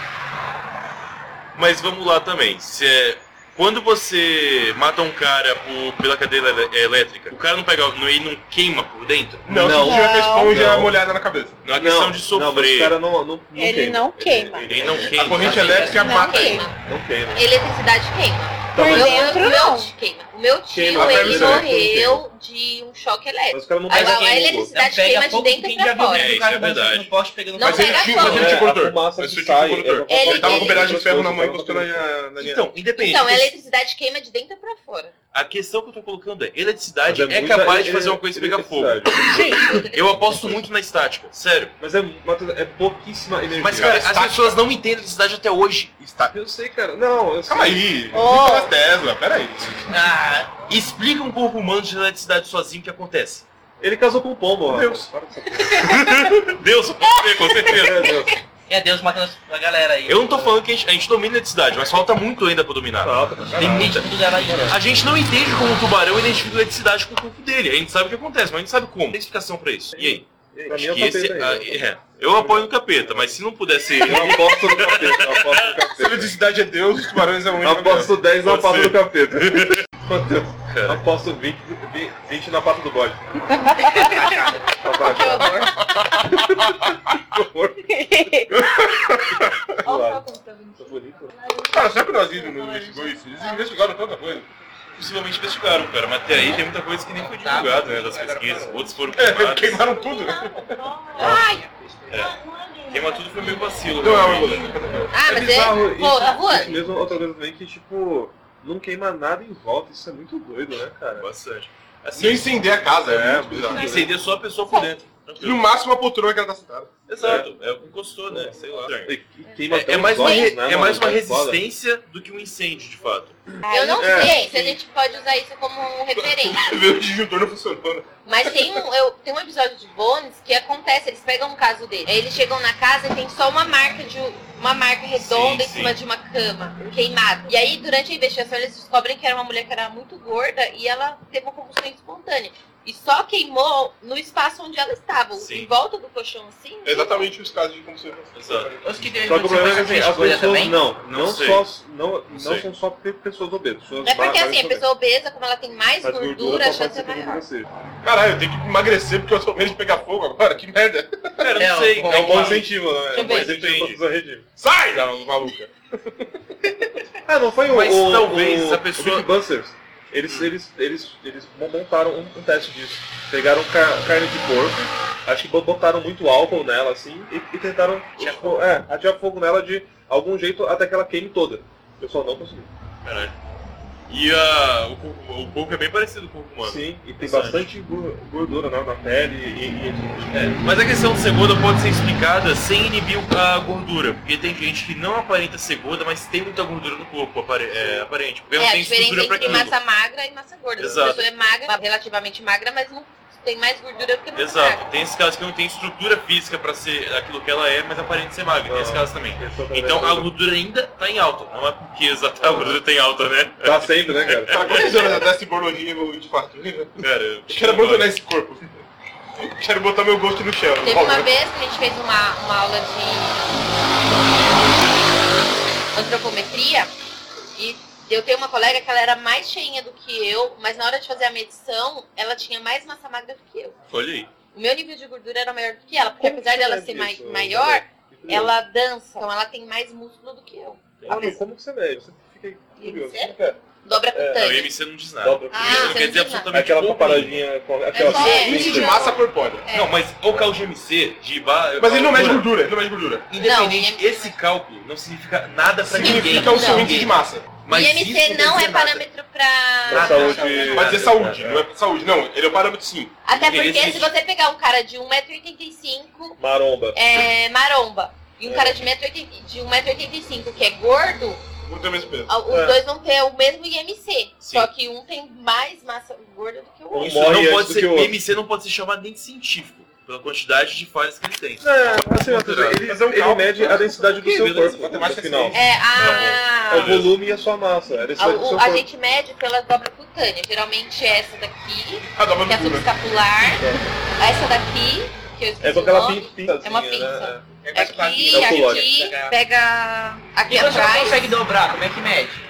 C: Mas vamos lá também. Se é- Quando você mata um cara por- pela cadeira ele- é, elétrica, o cara não pega, não, ele não queima por dentro?
G: Não,
B: Não.
G: se tiver com a esponja
B: Não.
G: molhada na cabeça.
C: Não é questão de
B: Não, mas o
C: sofrer.
B: cara não, não, não
F: Ele
B: queima.
F: não queima.
C: Ele não queima.
G: A corrente elétrica
F: Não
G: mata ele.
E: é queima.
B: Não queima.
E: Eletricidade queima.
B: Tá,
F: Por
E: Meu-
F: dentro,
E: o meu
F: não.
E: tio queima. O meu tio,
B: Queima, mas
E: ele
B: isso aí,
E: morreu de um choque elétrico.
B: Mas o cara não
E: Aí,
B: pega
E: a,
B: fogo.
E: a eletricidade queima de dentro pra fora.
C: É, isso é verdade.
D: Não posso pegar no
E: Não
G: mas
D: cabelo.
G: ele,
E: pega
G: tinha- mas ele tinha
E: fogo.
B: É,
G: um
B: a
G: coletor.
B: fumaça
G: Mas
B: que
G: ele tinha um
B: sai,
C: é
G: coletor.
E: Ele-
G: Ele tava com
E: ele-
G: pedaço de ferro na mão e
B: ele-
G: encostou na minha... na minha-
C: Então, independente.
E: Então, a eletricidade queima de dentro pra fora.
C: A questão que eu tô colocando é, eletricidade
B: Mas
C: é,
B: muita
C: capaz de
B: ele-
C: fazer uma coisa e pegar fogo.
B: eletricidade.
C: Eu aposto muito na estática, sério.
B: Mas é, Matheus, é pouquíssima energia.
C: Mas, cara, as
G: estática-
C: pessoas não entendem eletricidade até hoje. Oh.
G: Está...
B: eu sei, cara. Não, eu sei.
G: Calma aí.
F: Ó.
G: Nikola Tesla, peraí.
D: Ah,
C: Explica um corpo humano de eletricidade sozinho o que acontece.
B: Ele casou com o pombo, ó.
G: Deus.
B: Para com essa
C: Deus, eu posso ver, com certeza.
B: porra. Meu Deus.
D: é Deus matando a galera aí.
C: Eu não tô falando que a gente, a gente domina a eletricidade, mas falta muito ainda pra dominar.
B: Falta tá pra
C: Tem
B: caralho.
C: muita...
D: Tudo dela aí.
C: A gente não entende como o tubarão identifica a eletricidade com o corpo dele. A gente sabe o que acontece, mas a gente sabe como. Tem explicação pra isso. E aí?
B: Pra mim é o
C: Acho que esse-
B: capeta
C: ah,
B: aí.
C: é. Eu apoio no capeta, mas se não pudesse...
B: Eu aposto no capeta, eu aposto no
G: Se a
B: capeta.
G: eletricidade é Deus, os tubarões é um
B: Eu
G: anjo.
B: aposto 10 na
C: Pode
B: pata
C: ser.
B: do capeta. Matheus, eu
C: Cara.
B: aposto 20, 20 na pata do bode.
F: Que horror.
B: Olha o Tá bonito.
G: Cara, será que o nazismo não investigou isso? Eles investigaram tanta coisa.
C: Possivelmente investigaram, cara, mas até aí tem muita coisa que nem foi divulgada, né, das pesquisas. Outros foram
G: É,
C: queimados.
G: queimaram tudo.
C: É. Queima tudo foi meio vacilo. né?
G: Não é uma
C: realmente.
G: mulher.
E: Ah,
B: É
E: mas
B: bizarro
E: é... Pô, tá
B: isso, isso
E: voando.
B: mesmo, outra coisa também que, tipo, não queima nada em volta, isso é muito doido, né, cara?
C: Bastante.
G: Se eu
C: Assim,
G: incender a casa, é,
B: É,
G: muito bizarro.
C: incender só a pessoa por dentro.
G: No
C: Tranquilo.
G: máximo a poltrona que ela tá sentada.
C: Exato, é o que encostou, né? Sei lá.
B: E Queima
C: É,
B: até
C: é
B: os
C: mais uma,
B: olhos,
C: re-
B: né,
C: é
B: mano?
C: mais uma
B: É foda.
C: resistência do que um incêndio, de fato.
E: Eu não
B: É.
E: sei se a gente pode usar isso como um referência.
G: Meu disjuntor não funcionou, né?
E: Mas tem um, eu- tem um episódio de Bones que acontece, eles pegam um caso dele. Aí eles chegam na casa e tem só uma marca de um, uma marca redonda
C: Sim,
E: em
C: sim.
E: cima de uma cama, queimada. E aí, durante a investigação, eles descobrem que era uma mulher que era muito gorda e ela teve uma combustão espontânea. E só queimou no espaço onde ela estava,
C: Sim.
E: em volta do colchão assim.
G: É Exatamente os casos de como você
C: Exato.
D: Os que Deus
B: Só que o problema é que
D: matando
B: assim, as pessoas
D: também.
B: não, não,
C: Não sei.
B: só, não, não
C: sei.
B: são só pe- pessoas obesas. Pessoas
E: É porque
B: magras
E: assim, a
B: também.
E: pessoa obesa, como ela tem mais
B: Mas
E: gordura, a
B: só pode
E: chance é
B: ser que
E: maior.
B: você.
G: Caralho, eu tenho que emagrecer porque eu sou medo de pegar fogo agora, que merda.
C: Cara,
D: É,
C: não sei.
D: bom,
B: É um bom
D: Vai.
B: incentivo, né?
E: Deixa
B: É
E: eu
B: um bom
E: ver.
B: incentivo pra pessoa redimir.
G: Sai, da maluca.
B: Ah, não foi o.
C: Mas
B: o-
C: talvez
B: o-
C: a pessoa-
B: o Big Busters, eles, eles, eles, eles montaram um, um teste disso. Pegaram ca- carne de porco, acho que bo- botaram muito álcool nela, assim, e, e tentaram
C: Atirar
B: tipo, é, atirar fogo nela de algum jeito até que ela queime toda. O pessoal não conseguiu.
C: Caralho. E ah, o, corpo, o corpo é bem parecido com o corpo humano.
B: Sim, e tem
C: Interessante.
B: bastante gur- gordura né, na pele e, e,
C: É, mas a questão de ser gorda pode ser explicada sem inibir a gordura, porque tem gente que não aparenta ser gorda, mas tem muita gordura no corpo apare- é, aparente, porque não
E: É, a
C: tem
E: diferença
C: estrutura pra
E: entre
C: aquilo.
E: massa magra e massa gorda.
C: Exato.
E: A pessoa é magra, relativamente magra, mas não tem mais gordura porque não é magra.
C: Exato, tem esses casos que não tem estrutura física pra ser aquilo que ela é, mas aparenta ser magra, tem esse caso também.
B: e, e
C: Então a gordura ainda tá em alta, não é porque exatamente a gordura tá em alta, né?
B: Dá sempre, né, cara?
G: Cara, Tá quantas horas até esse bordoninho evoluiu de fartura?
C: Cara, eu
G: Eu quero abandonar esse corpo. Quero botar meu gosto no chão.
E: Teve uma vez que a gente fez uma, uma aula de antropometria e eu tenho uma colega que ela era mais cheinha do que eu, mas na hora de fazer a medição, ela tinha mais massa magra do que eu.
C: Olha aí.
E: O meu nível de gordura era maior do que ela, porque
B: Como
E: apesar
B: que
E: dela
B: mede
E: ser mai-
B: isso,
E: maior,
B: Gabriel?
E: ela dança, então ela tem mais músculo do que eu.
B: Ah, mas como que você mede? Você fica curioso.
E: Você?
B: Como que é?
E: Dobra a
C: Não, o
E: cutânea.
C: IMC não diz nada.
B: Dobra
E: Ah,
C: Isso não quer
E: você não
C: dizer
E: diz nada.
C: absolutamente
B: Aquela
C: porra
B: comparadinha com aquela
E: só É.
G: Índice de massa corpórea.
E: É.
C: Não, mas o cálculo de MC, de ba...
G: Mas ele não mede gordura,
C: gordura.
G: ele não mede gordura.
C: Independente,
E: Não, IMC
C: esse cálculo não significa nada pra ninguém.
G: Significa o seu
E: Não.
G: índice de massa.
E: E
C: Mas isso
E: IMC não
C: quer
E: é
C: dizer nada.
E: parâmetro pra...
B: Pra saúde.
G: Vai dizer saúde, não é pra saúde, não. Ele é o parâmetro sim.
E: Até porque
C: Existe.
E: se você pegar um cara de 1,85m
B: Maromba.
E: é, maromba e um cara de 1,80 de 1,85m que é gordo,
G: Não tem o mesmo peso.
E: a- os
B: É.
E: dois vão ter o mesmo IMC. Só
C: Sim.
E: que um tem mais massa gorda do que o outro.
C: Isso
B: Morre
C: não
B: antes
C: pode
B: do
C: ser,
B: que o outro.
C: IMC não pode ser chamado nem de científico, pela quantidade de falhas que ele
B: É,
C: tem.
B: assim, Matheus, ele,
G: Fazer um
B: ele
G: cálculo,
B: mede
G: né?
B: a densidade do
G: Que
B: seu
G: beleza,
B: corpo no
G: matemática
B: final.
G: é
E: É, a,
B: o volume e a sua massa. Era isso
E: A,
B: aí do
E: o-
B: seu
E: a
B: corpo.
E: gente mede pela dobra cutânea. Geralmente é essa daqui,
G: Ah, dá uma
E: que é a
G: mistura.
E: subescapular. Essa daqui, que eu esqueci
B: É com
E: o
B: aquela
E: nome.
B: pinta. assim,
E: É uma
B: né?
E: pinça.
D: É quase
E: Aqui,
D: quase-
B: é o
E: aqui,
D: colóide.
E: pega aqui
D: E quando você não
E: atrás.
D: Então, consegue dobrar, como é que mede?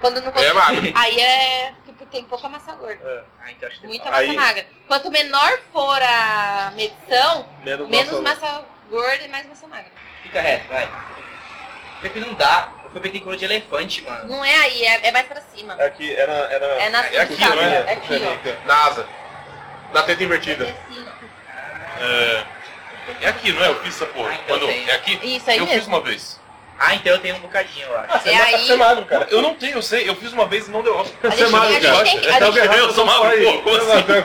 E: Quando não
G: É
E: consegue.
G: magro.
E: Aí é. Tipo, tem pouca massa gorda.
D: Ah, então acho que
E: Muita massa
B: Aí-
E: magra. Quanto menor for a medição,
B: Menos,
E: menos
B: massa.
E: massa gorda e mais massa magra.
D: fica reto, vai. Pior que não dá. Eu fui petencolo de elefante, mano.
E: Não é aí, é, é mais pra cima.
B: Aqui era. era...
E: É na
B: é aqui,
E: subescápula.
B: né?
E: É aqui, ó.
G: Na asa. Na teta invertida.
E: É assim.
C: É aqui, não é? Eu fiz essa porra.
D: Ah, então
C: Quando,
D: tem.
C: é aqui?
E: Isso aí
C: eu fiz
E: mesmo.
C: uma vez.
D: Ah, então eu tenho um bocadinho, eu acho.
E: É aí.
B: Você é magro, cara.
C: Eu não tenho, eu sei. Eu fiz uma vez e não deu Tá óbvio.
E: A gente, a
B: magro,
E: gente
B: cara.
E: tem, que- a
C: Tá
E: gente-
C: vendo? Eu sou magro, pô. Como assim?
E: a gente tem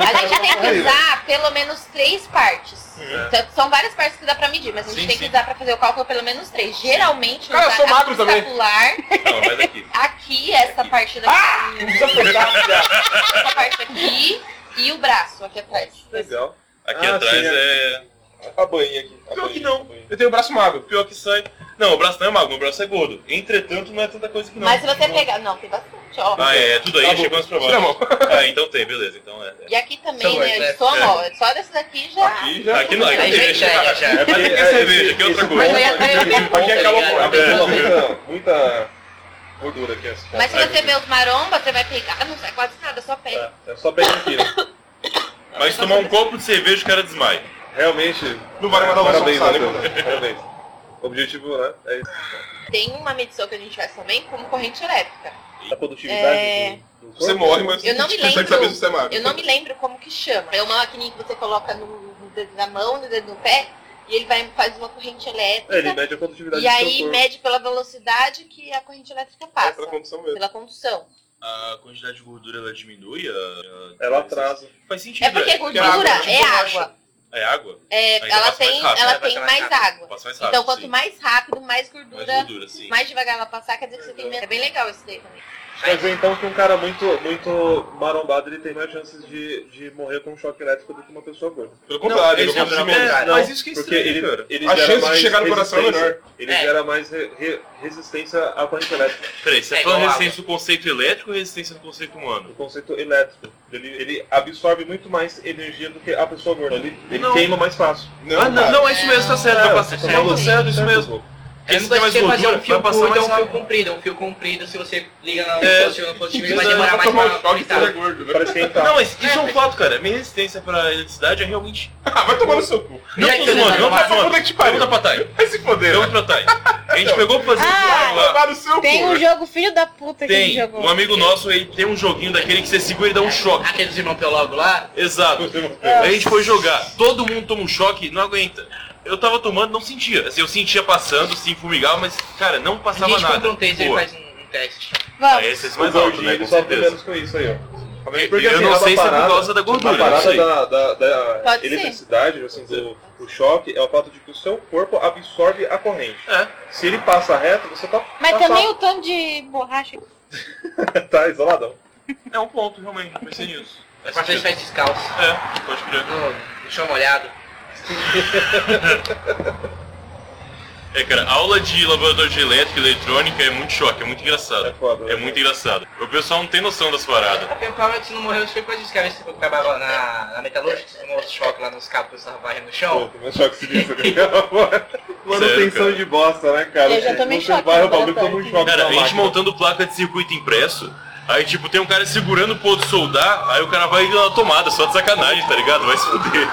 E: que usar Ah, pelo menos três partes. Então, São várias partes que dá pra medir, mas a gente
C: Sim,
E: tem
C: sim.
E: que usar pra fazer o cálculo pelo menos três. Geralmente,
G: Cara, eu
E: usar
G: sou
E: a
G: magro também.
E: escapular,
C: Não, vai daqui.
E: aqui, essa parte daqui,
B: Ah!
E: essa parte aqui e o braço aqui atrás.
B: Legal.
C: Aqui
B: Ah,
C: atrás
B: sim,
C: é...
B: A banha aqui. a
C: Pior que
B: banhinha,
C: não.
B: a banhinha.
G: Eu tenho o braço magro.
C: Pior que sai... Não, o braço não é magro, meu braço é gordo. Entretanto, não é tanta coisa que não.
E: Mas se você pegar. Não, tem bastante, ó.
C: Ah, é, é tudo aí,
G: Tá bom.
C: chegou antes pra
G: Tira a
C: baixo.
G: mão.
C: Ah, então tem, beleza. Então é. é.
E: E aqui também,
D: São
E: né?
D: dois, né?
E: Eles somam, ó. Só dessa daqui já.
G: Aqui já.
C: Aqui não, é, aqui
D: Aí
C: não
D: já
C: tem.
D: enxerga, já.
C: Aqui
B: é. Aqui
C: é
B: é-
C: cerveja, aqui é outra
B: esse
C: coisa.
E: Mas eu ia ter-
B: Aqui é aquela
C: É.
B: muita, muita gordura aqui. Assim,
E: Mas se
C: Ai,
E: você ver os maromba, você vai pegar. Ah, não sai quase nada, só pega.
B: É, é só pegar aqui. né?
C: Mas se tomar um copo de cerveja, o cara desmaia.
B: Realmente.
G: Não vale mais dar uma
B: parabéns,
G: solução, né?
B: Matheus. Parabéns. O objetivo né, é isso.
E: Tem uma medição que a gente faz também como corrente elétrica.
B: A produtividade
E: É.
B: do, do corpo. né?
G: Você morre, mas
E: Eu não
G: você
E: me
G: consegue
E: lembro.
G: saber se você é magro.
E: Eu não me lembro como que chama. É uma maquininha que você coloca no, no dedo da mão, no dedo do pé, e ele vai faz uma corrente
B: É, ele
E: elétrica.
B: mede a produtividade
E: e
B: do
E: aí
B: seu corpo.
E: mede pela velocidade que a corrente elétrica
G: É
E: passa,
G: pela condição mesmo.
E: pela condução.
C: A quantidade de gordura, ela diminui? a- a-
B: Ela atrasa.
C: Faz sentido,
E: É porque
G: a água
E: gordura
G: é tipo
E: é água.
C: É água?
E: É,
C: Aí
E: ela
C: passa mais
E: tem,
C: rápido,
E: ela
D: né?
E: tem
D: Passa mais
E: mais
C: Passa
E: água.
C: mais rápido, Tá, assim.
E: Então quanto
C: sim.
E: mais rápido, mais
C: mais
D: É.
E: gordura,
C: gordura, sim.
E: mais devagar ela passar, quer dizer que você tem menos. É bem legal isso daí também.
B: Quer dizer então que um cara muito, muito marombado ele tem mais chances de, de morrer com um choque elétrico do que uma pessoa gorda.
G: Pelo
C: Não,
G: contrário,
C: ele
G: eu gosto de
C: não-
G: mim.
C: é,
B: Não,
C: mas isso que é
B: Porque
C: estranho,
B: ele,
C: cara.
B: ele
G: A
B: gera
G: chance
B: mais
G: de chegar no coração é
B: resistência.
G: menor.
B: Ele
D: É.
B: gera mais re- re- resistência à corrente elétrica.
C: Peraí, você
D: É
C: tá falando
D: igual
C: resistência do conceito elétrico ou resistência do conceito humano?
B: O conceito elétrico. Ele, ele absorve muito mais energia do que a pessoa gorda. Ele, ele
C: Não.
B: queima mais fácil.
C: ah, não, não, é isso mesmo, tá certo,
B: Não,
C: vai passar.
B: tá
C: Tá
B: maluco.
C: certo, isso
B: Certo,
C: mesmo.
B: pô.
D: É
C: Porque se
D: muito
C: tem mais
D: você fazer
C: gordura,
D: um fio
C: vai
D: curto
C: passar
D: ou
C: mais
D: um fio
C: rápido.
D: comprido. Um fio comprido, se você liga na
C: É.
D: positivo, no positivo, vai
C: Precisa
D: demorar mais
G: tomar um
D: pra tá?
G: choque se você é
D: fritar.
G: gordo, né?
B: Parece que entra.
C: Não, mas isso é um
D: É.
C: fato, cara. Minha resistência pra eletricidade é realmente...
G: Ah, vai tomar no seu cu.
C: Não
D: aí,
C: tô
D: você
C: zoando,
D: vai
C: não
D: tomar-
C: tô
G: Vai pra
C: zoando.
G: puta que te
C: Pergunta
G: pariu.
C: pra Thay.
G: Vai se foder, né?
C: Pergunta pra Thay. A gente pegou pra fazer
F: Ah,
C: um jogo lá.
G: Tomar no seu cu.
F: Tem um
G: né?
F: jogo filho da puta que ele
C: Tem,
F: jogou.
C: um amigo nosso, ele tem um joguinho daquele que você segura e dá um choque.
D: Aquele dos irmãos Pelogo lá,
C: Exato.
F: Ah,
C: Aí a gente foi jogar, todo mundo toma um choque, não aguenta. Eu tava tomando, não sentia. Assim, eu sentia passando, sim, fumigava, mas, cara, não
D: a
C: passava
D: gente
C: nada.
D: compra um texto e
C: Boa.
D: faz um um teste.
F: Vamos.
C: Aí esse é
B: O
C: mais alto,
B: gordinho
C: né?
B: ele
C: Com
B: sofre
C: certeza.
B: menos com isso aí, ó. Porque,
C: Eu
B: assim,
C: não
B: ela
C: sei se é por
B: parada-
C: causa da
B: A
C: gordura, eu não
B: parada
C: sei.
B: da, da, da
F: Pode
B: eletricidade, assim, do, do choque, é o fato de que o seu corpo absorve a corrente.
C: É.
B: Se ele passa reto, você tá,
F: Mas
B: tá,
F: também o tanto de borracha.
B: tá isoladão.
C: É um ponto, realmente, não pensei nisso. É,
D: Mas você
C: sentido.
D: faz descalço.
C: é pode crer.
D: No no chão molhado.
C: É, cara, aula de laboratório de elétrica e eletrônica é muito choque, é
B: É
C: muito engraçado.
B: foda.
C: É muito engraçado. O pessoal não tem noção das paradas.
D: Porque o Palmeiras não morreu, isso foi coisa de escravo. Você trabalhava na, na metalúrgica, você tomou outro choque lá nos cabos, você tava varrendo no chão.
B: Pô, mas choque sinistro. cara. Manutenção
C: cara.
B: de bosta, né, cara?
F: Eu já tomei
B: No seu
F: choque
B: bairro, o
F: no
B: bagulho toma um
F: laboratório.
B: choque
C: Cara,
B: na
C: a gente
B: máquina.
C: montando placa de circuito impresso, aí tipo, tem um cara segurando pro outro soldar, aí o cara vai na tomada, só de sacanagem, tá ligado? Vai se fuder.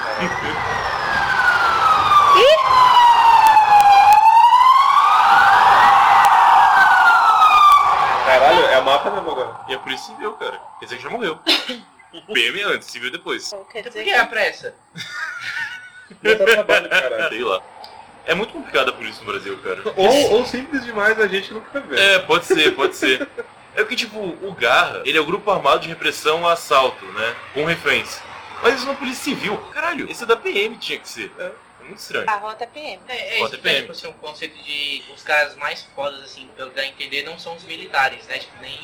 B: Caralho, é a mata mesmo agora.
C: E é por isso que civil, cara. Quer dizer que já morreu. PM é antes, civil depois.
F: Quer
D: Então por
F: dizer
D: que a pressa?
B: Não tá trabalho, caralho.
C: Sei lá. É muito complicada a polícia no Brasil, cara.
B: Ou, ou simples demais, a gente nunca vê.
C: É, pode ser, pode ser. É que, tipo, o Garra, ele é o grupo armado de repressão a assalto, né? Com reféns. Mas isso é uma polícia civil. Caralho, esse é da PM tinha que ser. É, é muito estranho.
F: a rota tipo, PM.
D: É, é
C: Bota
D: isso que é,
C: PM.
D: tipo assim, um conceito de os caras mais fodas, assim, pelo que dá a entender, não são os militares, né? Tipo, nem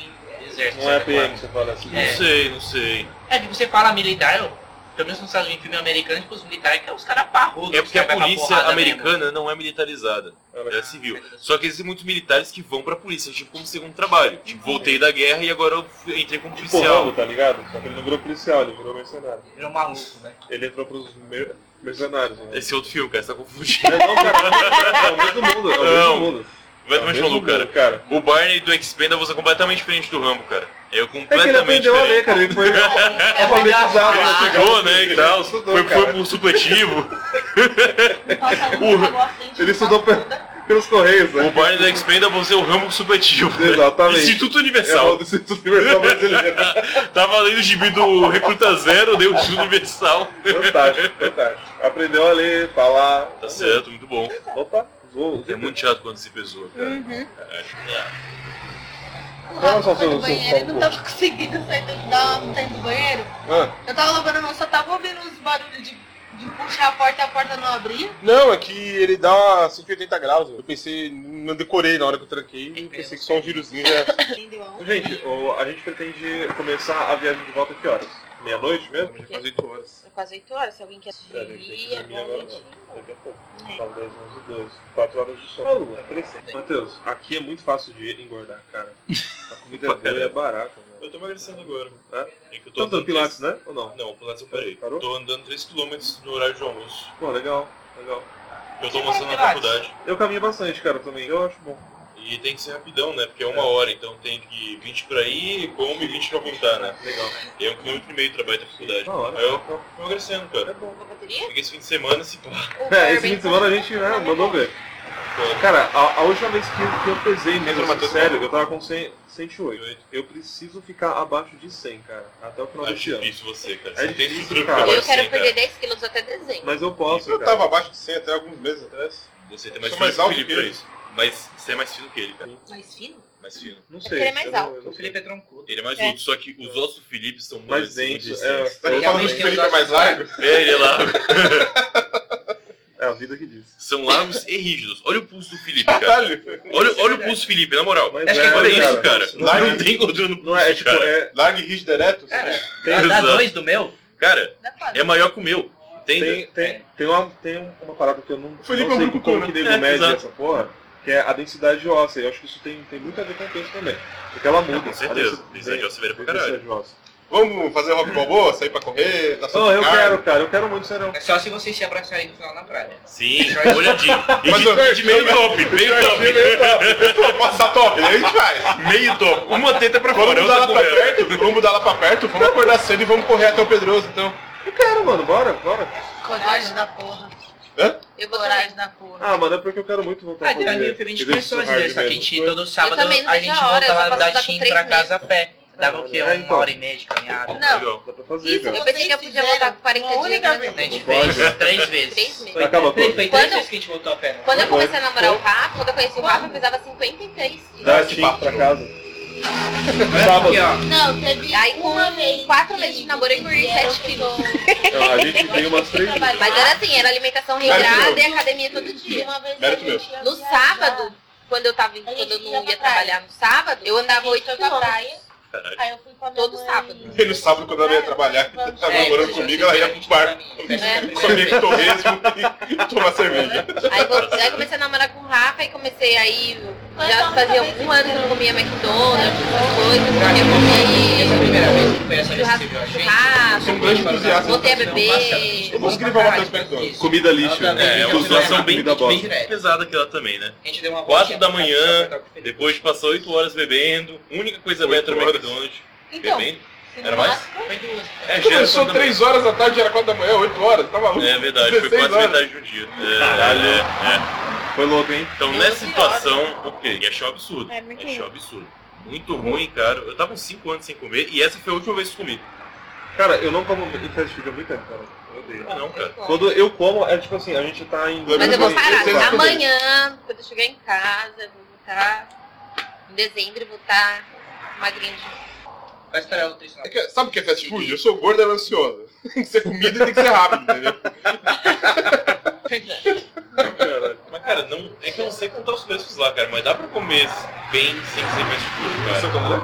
D: exército.
B: Não é
D: sabe?
C: É.
B: PM que você fala assim.
C: Não sei, não sei.
D: É, tipo, você fala militar, eu- Pelo menos nos Estados Unidos, filme americano, tipo, os militares que é os caras parrudos.
C: É
D: os
C: porque
D: caras
C: a
D: vai pra
C: polícia
D: porrada né?
C: americana não é militarizada, é civil. Só que existem muitos militares que vão pra polícia, tipo, como segundo trabalho. Tipo, voltei da guerra e agora eu fui- entrei como policial.
B: Porrando, tá ligado? Só que ele não virou policial, ele virou mercenário.
D: mesmo. Virou maluco, né?
B: Ele entrou pros mer- mercenários. Né?
C: Esse é outro filme, cara, você tá confundindo.
B: Não, cara, é o mesmo mundo, é o
C: Não.
B: mesmo mundo. É
C: Vai
B: o
C: tomar de
B: mesmo
C: maluco, cara.
B: mundo, cara.
C: O Barney do Expendables é completamente diferente do Rambo, cara. É
B: É que ele
C: completamente
B: aprendeu a
C: diferente.
B: ler, cara. Ele foi
D: É aprendeu a
B: alfabetizado.
D: falar,
B: né?
C: Estudou, né, e tal.
B: Estudou,
C: Foi,
B: cara.
C: foi pro supletivo.
H: Nossa, a
C: Porra.
H: Lúcia pagou a frente.
B: Ele estudou pe- pelos Correios,
C: O
B: né?
C: Barney do Expendables é o Rambo supletivo.
B: Exatamente.
C: Instituto
B: É o
C: Universal.
B: do Instituto Universal Brasileiro.
C: Tava lendo o gibi do Recruta Zero, deu o Instituto Universal.
B: Fantástico, fantástico. Aprendeu a ler, falar.
C: Tá certo, muito bom.
B: Opa, zoou.
C: É muito chato quando se pessoa, cara.
B: Olha só
H: Eu
B: seu-
H: do
B: seu-
H: banheiro e não
B: seu-
H: tava conseguindo sair do, dar uma saída do banheiro.
B: Ah,
H: Eu tava lavando a mão, só tava ouvindo os barulhos de, de puxar a porta e a porta não abria.
G: Não, é que ele dá uma 180 graus. Eu pensei, não decorei na hora que eu tranquei. e pensei que só um girozinho já...
H: Entendeu?
B: Gente, o- a gente pretende começar a viagem de volta que horas? Meia-noite mesmo?
E: Já faz
B: oito horas.
F: um
E: É quase 8 horas, se alguém quer
B: É, tem que
E: assistir, é
B: dormir
E: bom
B: agora,
E: a gente...
B: não. Daqui a pouco. um Talvez 11, 12. 4 horas de sono. Lua, Matheus, aqui é muito fácil de engordar, cara. A comida é boa e é barata. né?
C: Eu tô emagrecendo agora. É que eu
B: Tô dando
C: andando
B: tá? pilates, né? Ou não?
C: três- Não, Pilates eu parei.
B: Parou?
C: Tô andando 3km no horário de almoço.
B: Pô, legal, legal.
C: Eu tô
D: Você
C: mostrando na
D: faz Pilates?
C: faculdade.
B: Eu caminho bastante, cara, também. Eu acho bom.
C: E tem que ser rapidão, né? Porque é uma hora, então tem que 20 pra ir, come e 20 pra voltar, né?
B: Legal.
C: E é um quilômetro e meio de trabalho da faculdade.
B: Uma hora. Então,
C: Aí eu tô emagrecendo, cara.
E: Uma bateria?
C: Peguei esse fim de semana, esse pá.
B: É, esse fim de semana a gente né,
E: é
B: mandou ver. Cara, a, a última vez que, que eu pesei mesmo, assim, sério, eu tava com 100, 108. Eu preciso ficar abaixo de 100, cara, até o final
C: Acho
B: desse ano.
C: difícil você,
B: É
C: cara. Você não tem
B: difícil,
C: estrutura pra
B: cara.
C: acabar
E: Eu
C: de
E: quero
C: ser,
E: perder 10 quilos até dezembro.
B: Mas eu posso,
G: Eu
B: cara.
G: tava abaixo de 100 até alguns meses atrás.
C: cara. Você tem
G: Eu
C: mais
G: sou
C: fino
G: mais
C: que o
G: alto
C: Felipe
G: que
C: pra
G: ele.
C: isso. Mas você é mais fino que ele, cara.
E: Mais fino?
C: Mais fino.
B: Não
E: Porque ele é mais
B: eu não-
E: alto.
B: eu não
D: O Felipe é troncudo.
C: Ele é mais
E: É.
C: outro, só que os ossos do Felipe são muito
B: Mais
C: muito
B: denso. É,
C: sensíveis.
G: Tá falando
D: Realmente
G: que o
D: tem os
G: Felipe é mais largo?
C: É, ele é largo.
B: é a vida que diz.
C: São largos e rígidos. Olha o pulso do Felipe, cara.
G: Caralho!
C: Olha, olha o pulso do Felipe, na moral.
B: Mas
D: Acho que
B: é,
C: Olha
D: é
C: isso, cara.
B: Não é,
C: Não tem gordura no
B: não é, é
C: pulso,
B: tipo,
C: cara.
B: é,
G: Largo e rígido ereto?
D: Cara,
C: É.
B: Tem-
D: dá dois do meu?
C: Cara,
E: Dá pra
C: é maior que o meu.
B: tem,
C: Entende?
B: tem, tem, uma, tem uma parada que eu não, não sei
G: Felipe é um
B: como,
G: grupo
B: que
G: todo,
B: nego
C: né? É,
B: mede
C: exato.
B: essa porra, que é a densidade de óssea. Eu acho que isso tem, tem muito a ver com o peso também. Porque ela muda.
C: Ah, Com
B: A
C: certeza.
B: densidade-
C: Densidade de ósseo varia pra
B: densidade
C: caralho.
B: de ósseo.
G: Vamos fazer rock balboa, sair pra correr, tá dar
B: Não, eu
G: cara.
B: quero, cara. Eu quero muito um. serão.
D: É só se vocês se abraçarem no final na praia.
C: Sim, olhadinho.
G: Mas
C: E de,
G: eu-
C: de meio top, meio top.
G: Eu posso dar tá top, aí a gente vai.
C: Meio top. Uma teta pra
G: Vamos
C: fora,
G: mudar lá
C: outra
G: pra
C: com ela.
G: perto, vamos mudar lá pra perto, vamos acordar cedo e vamos correr até o Pedroso, então.
B: Eu quero, mano. Bora, bora.
H: Coragem da porra.
E: Eu vou também.
H: Coragem da porra.
B: Ah, mano, é porque eu quero muito voltar
D: Ah,
B: a
D: tem
B: fazer.
D: mil diferentes
B: exercício
D: pessoas
B: hard
D: dessa. A
B: mesmo.
D: gente todo sábado
E: também não
D: a
E: vejo
D: gente
E: a hora, eu
D: voltava
E: só
D: da
E: posso
D: Tim
E: dar com
D: pra
E: três
D: casa a pé. Dava o quê?
B: É,
D: Uma
B: então.
D: hora e meia de caminhada.
E: Não,
C: Legal.
B: Dá pra fazer,
E: isso
B: cara.
E: eu pensei que eu podia voltar com 40
H: Uma
E: dias.
H: única
E: mas eu
D: A
E: não
D: gente
E: vou.
B: Pode.
D: fez Né, três
E: Três
D: vezes.
E: meses.
D: Foi
B: Acaba
D: três,
B: tudo.
D: foi três
E: Quando-
D: vezes que a gente voltou a pé. né?
E: Quando eu comecei a namorar o
B: Foi.
E: Rafa, quando eu conheci o Rafa, eu pesava 53 quilos.
B: Dá tim pra casa. Sábado.
D: Aqui, ó.
H: Não, teve
E: Aí com
H: uma vez
E: quatro
H: que-
E: meses de namoro eu engordei
H: que era
E: 7 quilos.
B: Não, a gente tem umas três.
E: Mas era assim, era alimentação regrada e academia todo dia.
H: Uma vez
G: Mérito
H: a gente ia
E: No
H: viajar.
E: sábado, quando eu tava
H: A gente
E: quando eu
H: ia
E: não
H: pra praia.
E: ia trabalhar no sábado, eu andava
H: A gente
E: 8
H: foi pra
E: quilômetros.
H: é praia. Aí eu fui com a minha
E: Todo
H: mãe.
E: sábado.
G: Ele sabe quando ela ia trabalhar, ela tava
D: É,
G: namorando
D: vocês-
G: comigo, ela ia pro bar
D: né?
G: comer torresmo e tomar cerveja.
E: Aí, vo- aí comecei a namorar com o Rafa e comecei aí.
H: Mas
E: Já
H: não,
E: fazia
H: talvez
E: um
H: não.
E: ano que eu não comia McDonald's, essas coisas,
D: Cara,
E: porque eu
D: Essa é a
E: comia
D: primeira vez que foi essa vez que você viu a
E: churrasco,
D: gente.
E: churrasco.
G: Sou um grande entusiasta.
E: Voltei a
D: Não,
E: beber.
G: Eu consegui levar uma coisa pra
D: Isso.
B: Comida lixo.
D: Ela também
C: É, é
D: já
C: uma
D: foi lá
C: situação
D: na
C: bem-
D: comida
B: bem
D: direta.
C: Pesada aquela também, né?
D: A gente deu uma
C: Quatro da
D: voltinha pra
C: manhã,
D: ficar com o Felipe.
C: Depois passou 8 horas bebendo, única coisa
G: Oito
C: aberta no
G: horas.
C: McDonald's.
H: Então,
C: bebendo?
F: é
C: Era mais?
D: Foi duas.
C: É,
G: Começou
C: geração
G: 3 horas da tarde, era 4 da manhã, 8 horas, tá maluco?
C: É verdade, foi
G: 16
C: quase
G: horas.
C: metade de um dia. É,
B: Caralho.
C: é, é.
B: Foi louco, hein?
C: Então
E: Meu
C: nessa
E: Deus.
C: situação, ok, achei um absurdo.
F: É muito
C: Achei um
F: ruim.
C: absurdo. Muito ruim, cara. Eu tava uns 5 anos sem comer e essa foi a última vez que comi.
B: Cara, eu não como em fast food há muito tempo, cara. Eu odeio.
C: Ah, não, cara.
B: Quando eu como, é tipo assim, a gente tá em...
E: Mas eu vou parar. tá?
G: Vocês sabem.
E: Amanhã, quando eu chegar em casa, eu vou voltar. Em dezembro, eu vou estar magrinha de
D: Vai esperar o nutricional.
G: É que- sabe o que é fast food? Eu sou gorda e ela é ansiosa. Tem que ser comida e tem que ser rápido, né? entendeu?
C: Mas, cara, não, é que eu não sei contar os preços lá, cara. Mas dá pra comer bem sem ser mais difícil, cara.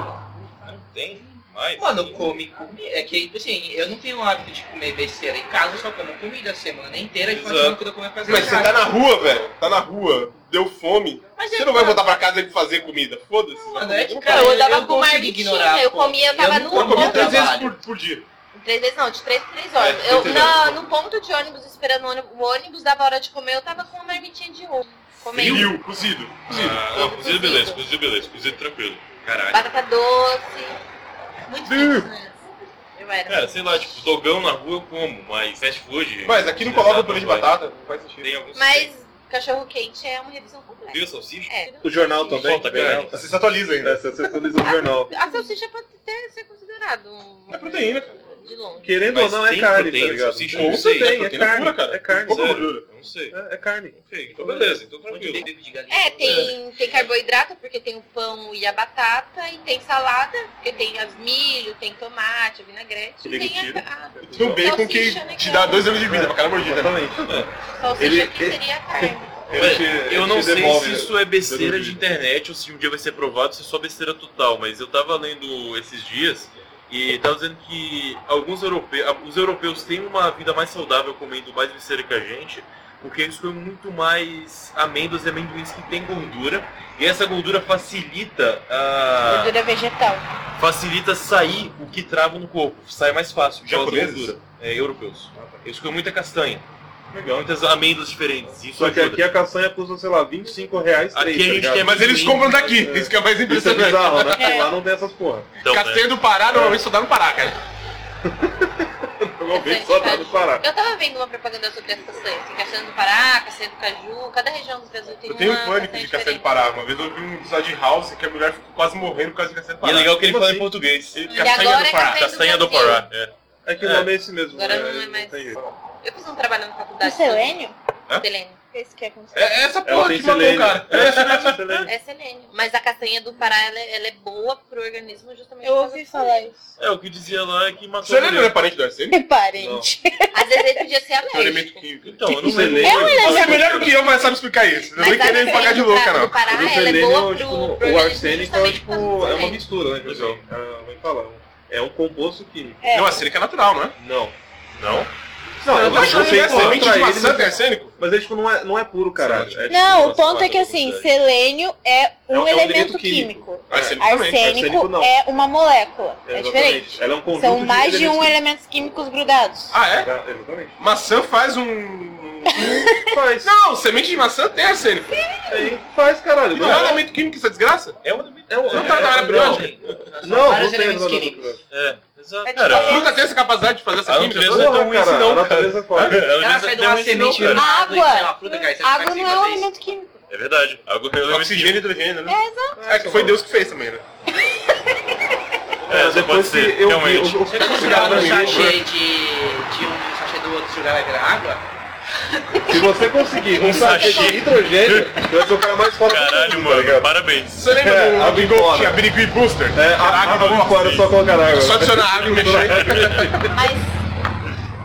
C: Não tem. mais.
D: Mano, come comida. É que, tipo assim, eu não tenho o hábito de comer besteira em casa, eu só como comida a semana inteira e
C: Exato.
D: continuo quando eu comer pra
G: Mas você tá na rua, velho. Tá na rua. Deu fome.
E: Mas
G: Você
E: eu-
G: não vai voltar pra casa e fazer comida. Foda-se.
D: Mano, é que, cara,
E: Não, eu tava com
D: consigo
E: marmitinha,
D: ignorar,
E: eu
D: pô.
E: comia, eu tava
D: não
E: num
G: Eu comia
E: ponto.
G: três vezes
D: trabalho.
G: por, por dia.
E: Três vezes não, de três em três horas.
G: É,
E: eu,
G: três
E: na,
G: horas.
E: num ponto de ônibus esperando o ônibus, o ônibus dava hora de comer, eu tava com uma marmitinha de ovo. Comendo.
G: Frio, cozido. Cozido.
C: Ah, não, cozido beleza, cozido beleza, cozido tranquilo. Caralho.
E: Batata doce. Muito difícil, né? Eu era.
C: Cara, sei lá, tipo, dogão na rua eu como, mas fast food.
G: Mas aqui não coloca purê de
C: vai.
B: Tá,
G: batata. Não faz sentido.
C: Tem alguns.
E: Mas cachorro quente é uma revisão completa.
C: Viu, salsicha?
E: É.
B: O jornal também.
C: Solta, cara.
G: Você se atualiza ainda.
B: Essa É, você atualiza o jornal.
E: A salsicha pode até ser considerado um-
G: É proteína.
E: de longe.
B: Querendo
C: Mas
B: ou não, é
C: tem
B: carne,
C: proteína,
B: tá ligado?
C: salsicha,
B: Ou
C: não
B: você
C: sei,
B: tem, é
G: proteína
B: carne,
G: pura, cara.
B: é carne.
G: Pouca
B: zero.
G: gordura.
C: Eu não sei.
B: É, é carne.
C: Ok, então beleza, então tranquilo.
E: É, tem, tem carboidrato, porque tem o pão e a batata, e tem salada, porque tem as milho, tem tomate, vinagrete, e tem a, a
G: Tem um bacon que
E: Salsicha, né,
G: te dá
E: cara?
G: dois anos de vida pra cada mordida.
B: Exatamente.
E: salsicha
B: Ele-
E: que seria a carne.
C: Velho,
G: te-
C: eu
G: ele
C: não
G: te
C: sei
G: devolve,
C: se
G: né?
C: isso é besteira de
G: Devolve.
C: internet ou se um dia vai ser provado se é só besteira total, mas eu tava lendo esses dias e tava dizendo que alguns europeus, os europeus têm uma vida mais saudável comendo mais besteira que a gente, porque eles comem muito mais amêndoas e amendoins que tem gordura, e essa gordura facilita
G: Ah.
C: a
F: Gordura vegetal.
C: facilita sair o que trava no corpo. Sai mais fácil. por causa da
G: Japoneses?
C: gordura. É, europeus. Eles comem muita castanha. Legal. Muitas amêndoas diferentes. Isso
B: Só que
C: ajuda.
B: aqui a castanha custa, sei lá, 25 reais.
C: Aqui
B: três,
C: a
B: tá
C: gente
B: ligado?
C: tem-
G: Mas eles compram daqui. Isso que é mais
B: Isso é
G: impressionante.
B: bizarro, né? É.
F: É.
B: Lá não tem essas porra.
C: Então, né?
G: Castanha do Pará normalmente só dá no Pará, cara.
E: É
B: Normalmente só dá no Pará.
E: Eu tava vendo uma propaganda sobre as castanhas, tem castanha do Pará, castanha do Caju, cada região do Brasil tem
G: Eu tenho
E: uma
G: pânico de castanha do
E: diferente.
G: Pará. Uma vez eu vi um episódio de House que a mulher ficou quase morrendo por causa de castanha do
C: E é
G: Pará.
C: legal que ele
G: Como
C: fala em
G: assim?
C: português.
G: Ele-
E: E agora é castanha,
C: Castanha do
E: Brasil.
C: Pará. É.
B: É que o
C: É.
B: nome é esse mesmo.
E: Agora
B: né?
E: não é mais-
B: tem-
E: Eu fiz um trabalho na faculdade.
F: O selênio?
C: Hã?
E: Selênio.
F: Esse que é com selênio.
G: É essa
B: Ela
G: porra
B: tem
G: que matou,
B: selênio.
G: cara.
B: Ela tem selênio.
E: É selênio. Mas a castanha do Pará, ela, é- ela é boa pro organismo justamente.
F: Eu
E: por causa
F: ouvi
E: do
F: falar
E: selênio.
F: isso.
C: É, o que dizia lá é que matou
G: Selênio não é
C: mulher.
G: parente do arsênio?
F: É parente.
E: Às vezes ele podia ser
G: É um elemento
E: alérgico.
G: químico.
C: Então, eu não
B: Selênio.
C: lembro.
B: É um
G: Você é melhor do que eu, mas sabe explicar isso. Eu nem
E: a
G: queria me pagar de louca,
E: castanha
G: não.
E: do Pará,
B: Mas o
E: ela é
B: selênio,
E: boa pro,
B: tipo,
E: pro
B: o
E: organismo
B: arsênico é,
E: justamente
B: tipo,
E: por causa do
B: é uma
E: selênio.
B: mistura, né? que
G: Legal.
B: assim, a mãe fala. É um composto químico.
F: É.
G: Não, arsênico é natural, não é?
B: Não.
C: Não?
B: Não, eu
G: Não,
B: acho que
G: é
B: é
G: semente de
B: mas,
G: maçã tem arsênico?
B: mas é, tipo, não é, não é puro, caralho. É, tipo,
F: Não, o
B: nossa,
F: ponto é que assim, selênio é um,
B: É um- é um
F: elemento
B: elemento químico.
F: químico.
G: Arsênico também.
B: arsênico
F: Arsênico
B: não.
F: é uma molécula.
B: é,
F: É,
B: exatamente.
F: diferente.
B: Ela é um conjunto
F: São mais de um
B: elementos
F: elementos químicos grudados.
G: Ah, é?
B: químicos. É, Exatamente.
G: Maçã faz um...
B: Faz.
G: Não, semente de maçã tem arsênico.
B: Aí faz, caralho.
G: Não é um elemento químico essa desgraça?
C: É um
B: É um-
G: Não tá na área
B: não.
G: biológica.
B: Não, não
D: Vários
B: tem
D: elementos
B: nada na
D: químicos.
B: natureza.
C: É, exato.
F: É tipo-
C: Cara,
G: A fruta tem essa capacidade de fazer
C: Ah,
G: essa
C: não
G: química?
C: precisa-
G: toda?
C: tão
B: Porra,
C: ruim assim,
B: cara,
C: não,
B: a natureza é foda.
D: Ela sai de uma semente
C: É
D: do nada e
F: Água.
D: sai uma fruta, cara. e você
F: Água
D: faz
F: não é um
D: cinco, seis.
F: elemento químico.
C: verdade. Água é um elemento
G: Oxigênio e hidrogênio, né? É,
B: É,
G: que foi Deus que fez também, né?
C: químico. É, só pode
B: Depois que
C: ser,
B: eu vi
C: realmente.
B: o- o
D: Você não
B: cara
D: jogar
B: da
D: um
B: menina,
D: sachê de, de um sachê do outro jogar vai virar água?
B: Se você conseguir um
C: Um
B: sachê
C: sachê.
B: de hidrogênio, você vai ser o cara mais foda do
C: Caralho,
B: mundo, tá
C: mano.
B: ligado?
C: Parabéns.
G: Você lembra
B: É,
G: do
B: água em fora.
G: Tinha Birigui Booster?
B: É, a
G: Caraca,
B: água
G: nossa.
B: fora, É só colocar água.
G: Só adicionar água e mexer.
F: Mas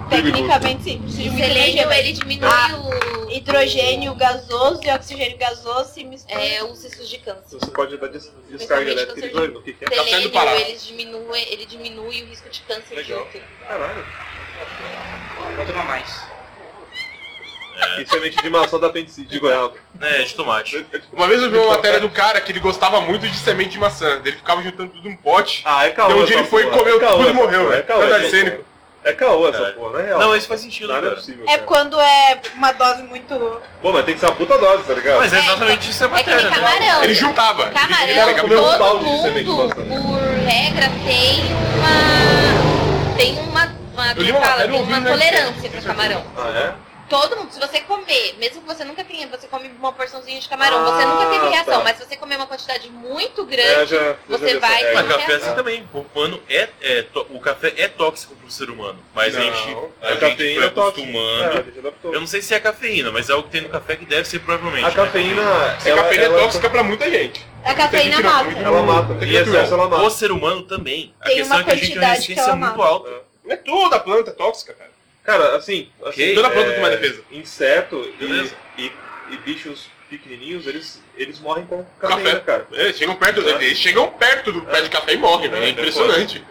F: tecnicamente sim. Precisa de
E: O
F: muito
E: selênio,
F: hidrogênio.
E: ele diminui
F: Ah,
E: o...
F: Hidrogênio gasoso e oxigênio gasoso se misturam.
E: É, os cistos de câncer.
B: Você pode dar des- descarga
E: Principalmente
B: elétrica
E: câncer
B: de dois, o que que é?
G: saindo parado.
E: Selênio, eles diminuem, ele diminui o risco de câncer É
G: Legal.
E: de útero.
B: Caralho.
D: Vou tomar mais.
B: E semente de maçã da apendicite de goiaba.
C: É, de tomate.
G: Uma vez eu vi
C: Então,
G: uma
C: é.
G: matéria do cara que ele gostava muito de semente de maçã. Ele ficava juntando tudo num pote.
B: Ah, é caô.
G: E onde
B: essa
G: ele foi,
B: porra.
G: comeu
B: É caô
G: tudo e
B: essa
G: morreu,
B: porra,
G: velho.
B: É caô,
G: Cada
B: essa
G: arsênico.
B: porra. É caô essa
C: Caralho.
B: porra, não é real.
C: Não, isso faz sentido,
B: Nada é
C: cara.
B: possível.
F: É
B: cara.
F: quando é uma dose muito.
B: Pô, mas tem que ser uma puta dose, tá ligado?
G: Mas é exatamente isso é
E: É que nem
G: matéria, né?
E: camarão.
G: Ele juntava. Ele
E: Camarão,
G: pegava-
B: comeu um
E: todo
B: balde de semente de
E: mundo,
B: maçã.
E: por regra, tem uma... Tem uma... uma
G: Eu li
E: como
G: uma
E: fala?
G: matéria, eu
E: Tem
G: ouvi,
E: uma
G: né?
E: tolerância para camarão.
B: Ah, é?
E: Todo mundo, se você comer, mesmo que você nunca tenha, você come uma porçãozinha de camarão, você
B: Ah,
E: nunca teve reação,
B: tá.
E: mas se você comer uma quantidade muito
B: É,
E: grande,
B: já,
E: Você
B: já vi essa
E: vai
B: regra.
E: com
C: Mas
E: Não,
C: café
E: é-
C: assim também. O corpo humano é, é tó- o café é tóxico pro ser humano. Mas a
G: Não,
C: gente,
B: a
C: a gente
B: é cafeína
C: foi
B: é tóxica. É,
C: acostumando.
B: ele já adaptou.
C: Eu não sei se é cafeína, mas é algo que tem no café que deve ser provavelmente.
B: A
C: né?
B: cafeína,
G: A
B: ela,
G: cafeína é
B: ela-
G: tóxica pra muita gente.
F: A cafeína
G: Tem que tirar muito.
F: mata.
B: Ela mata. Tem
C: E
B: que excesso, ela
C: assim,
B: mata.
C: o ser humano também. A
F: Tem
C: questão
F: uma
C: é que a gente tem uma
F: quantidade que
C: resistência
F: ela
C: muito
F: mata.
C: alta.
G: Não é toda planta é tóxica, cara.
B: Cara, assim, assim,
C: tá
G: Toda planta
B: é,
G: tem uma defesa.
B: Inseto
G: Beleza.
B: e, e, e bichos pequenininhos, eles, eles morrem com
G: Café.
B: cafeína, cara.
G: É, chegam perto, eles chegam perto do pé de café e morrem, velho. É né? impressionante.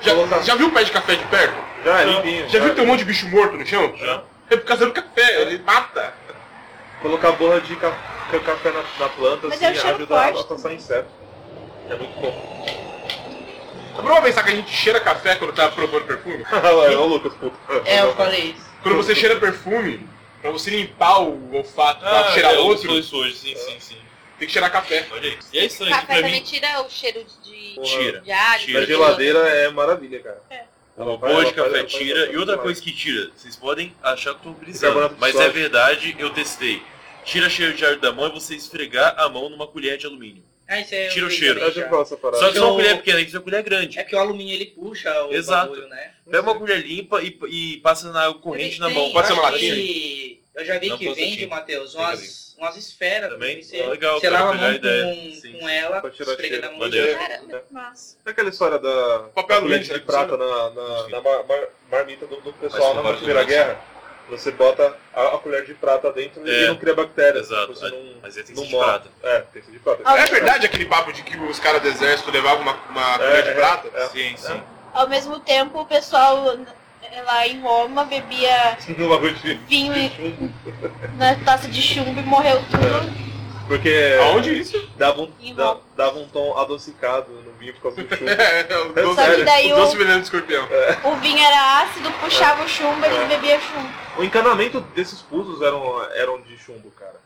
G: Já, já viu o pé de café de perto?
B: Já é limpinho.
G: Já viu que tem um monte de bicho morto no chão? Já. É por causa do café, ele mata.
B: Colocar borra de ca- ca- café na, na planta
F: Mas
B: assim,
F: é um cheiro
B: ajuda a
F: forte.
B: passar inseto. É muito bom.
G: Tá pra pensar que a gente cheira café quando tá provando perfume?
B: Olha o Lucas, puto.
H: É, eu falei isso.
G: Quando você cheira perfume, pra você limpar o olfato pra
C: Ah,
G: cheirar
C: é,
G: outro,
C: falou isso hoje, sim, sim, sim.
G: tem que cheirar café.
C: Olha isso. E é estranho, que
E: Café
C: pra
E: também
C: mim,
E: tira o cheiro de, de,
C: Tira.
E: de alho.
C: Tira.
B: Na
E: de
B: geladeira é maravilha, cara.
F: É.
B: Ela vai-
C: boa de
B: ela faz- ela
C: café
B: faz-
C: tira.
B: ela
C: E outra
B: faz-
C: coisa que tira, vocês podem achar que eu tô
B: Bicarbonato
C: brisando,
B: de
C: mas é
B: sódio.
C: verdade, eu testei. Tira cheiro de alho da mão e você esfregar a mão numa colher de alumínio.
H: Ah,
D: um
H: isso é
C: Tira o
H: vi
C: cheiro.
B: Eu
H: também
B: já
H: já.
B: falo essa parada.
C: Só que
H: Eu-
C: não é uma colher pequena, isso é uma colher grande.
H: É que o alumínio ele puxa o
C: Exato.
H: bagulho, né? Não
C: Pega uma
H: sei.
C: colher limpa e, e passa na água corrente na
H: Tem-
C: mão.
G: pode ser uma
H: acho
G: latinha?
H: que- Eu já vi
C: Não,
H: que
C: pode ser
H: vende,
C: latinha.
H: Matheus,
C: Fica
H: umas, umas esferas
C: Também? Ah,
H: Você,
C: Legal,
H: você
C: cara,
H: lava a
C: pegar a
H: mão
C: ideia.
H: com,
C: Sim.
H: com ela,
B: Pra tirar
H: esfrega
B: cheiro.
H: da mão
C: Maneiro.
H: dela.
E: alumínio. Caramba.
F: Mas.
B: É aquela história da
G: Papel
B: colher
G: alumínio,
B: de
G: né?
B: prata na, na,
C: Sim.
B: na mar- mar- marmita do, do
C: Mas
B: pessoal na
C: fora do
B: Primeira
C: Brasil.
B: Guerra? Você bota a, a colher de prata dentro
C: É.
B: e não cria bactérias.
C: Exato.
B: Você não,
C: Mas ele tem que
B: não
C: ser de
B: morre.
C: prata.
B: É, tem que ser de prata.
F: Ah,
G: É verdade aquele papo de que os caras do exército levavam uma, uma colher de
B: é,
G: prata?
B: é.
C: Sim, sim.
F: Ao mesmo tempo, o pessoal n- lá em Roma bebia
B: No bagulho de
F: vinho e-
B: chumbo.
F: na taça de chumbo e morreu tudo.
B: Porque
G: É. Aonde isso?
B: dava um,
F: Em
B: da-
F: Roma.
B: dava um tom adocicado no vinho por causa do chumbo.
G: É, o
B: Só
G: doce,
B: que
F: daí
G: o
F: o-
G: doce veneno do escorpião.
F: O vinho era ácido, puxava o chumbo, eles bebiam chumbo.
B: o encanamento desses pulsos eram, eram de chumbo, cara.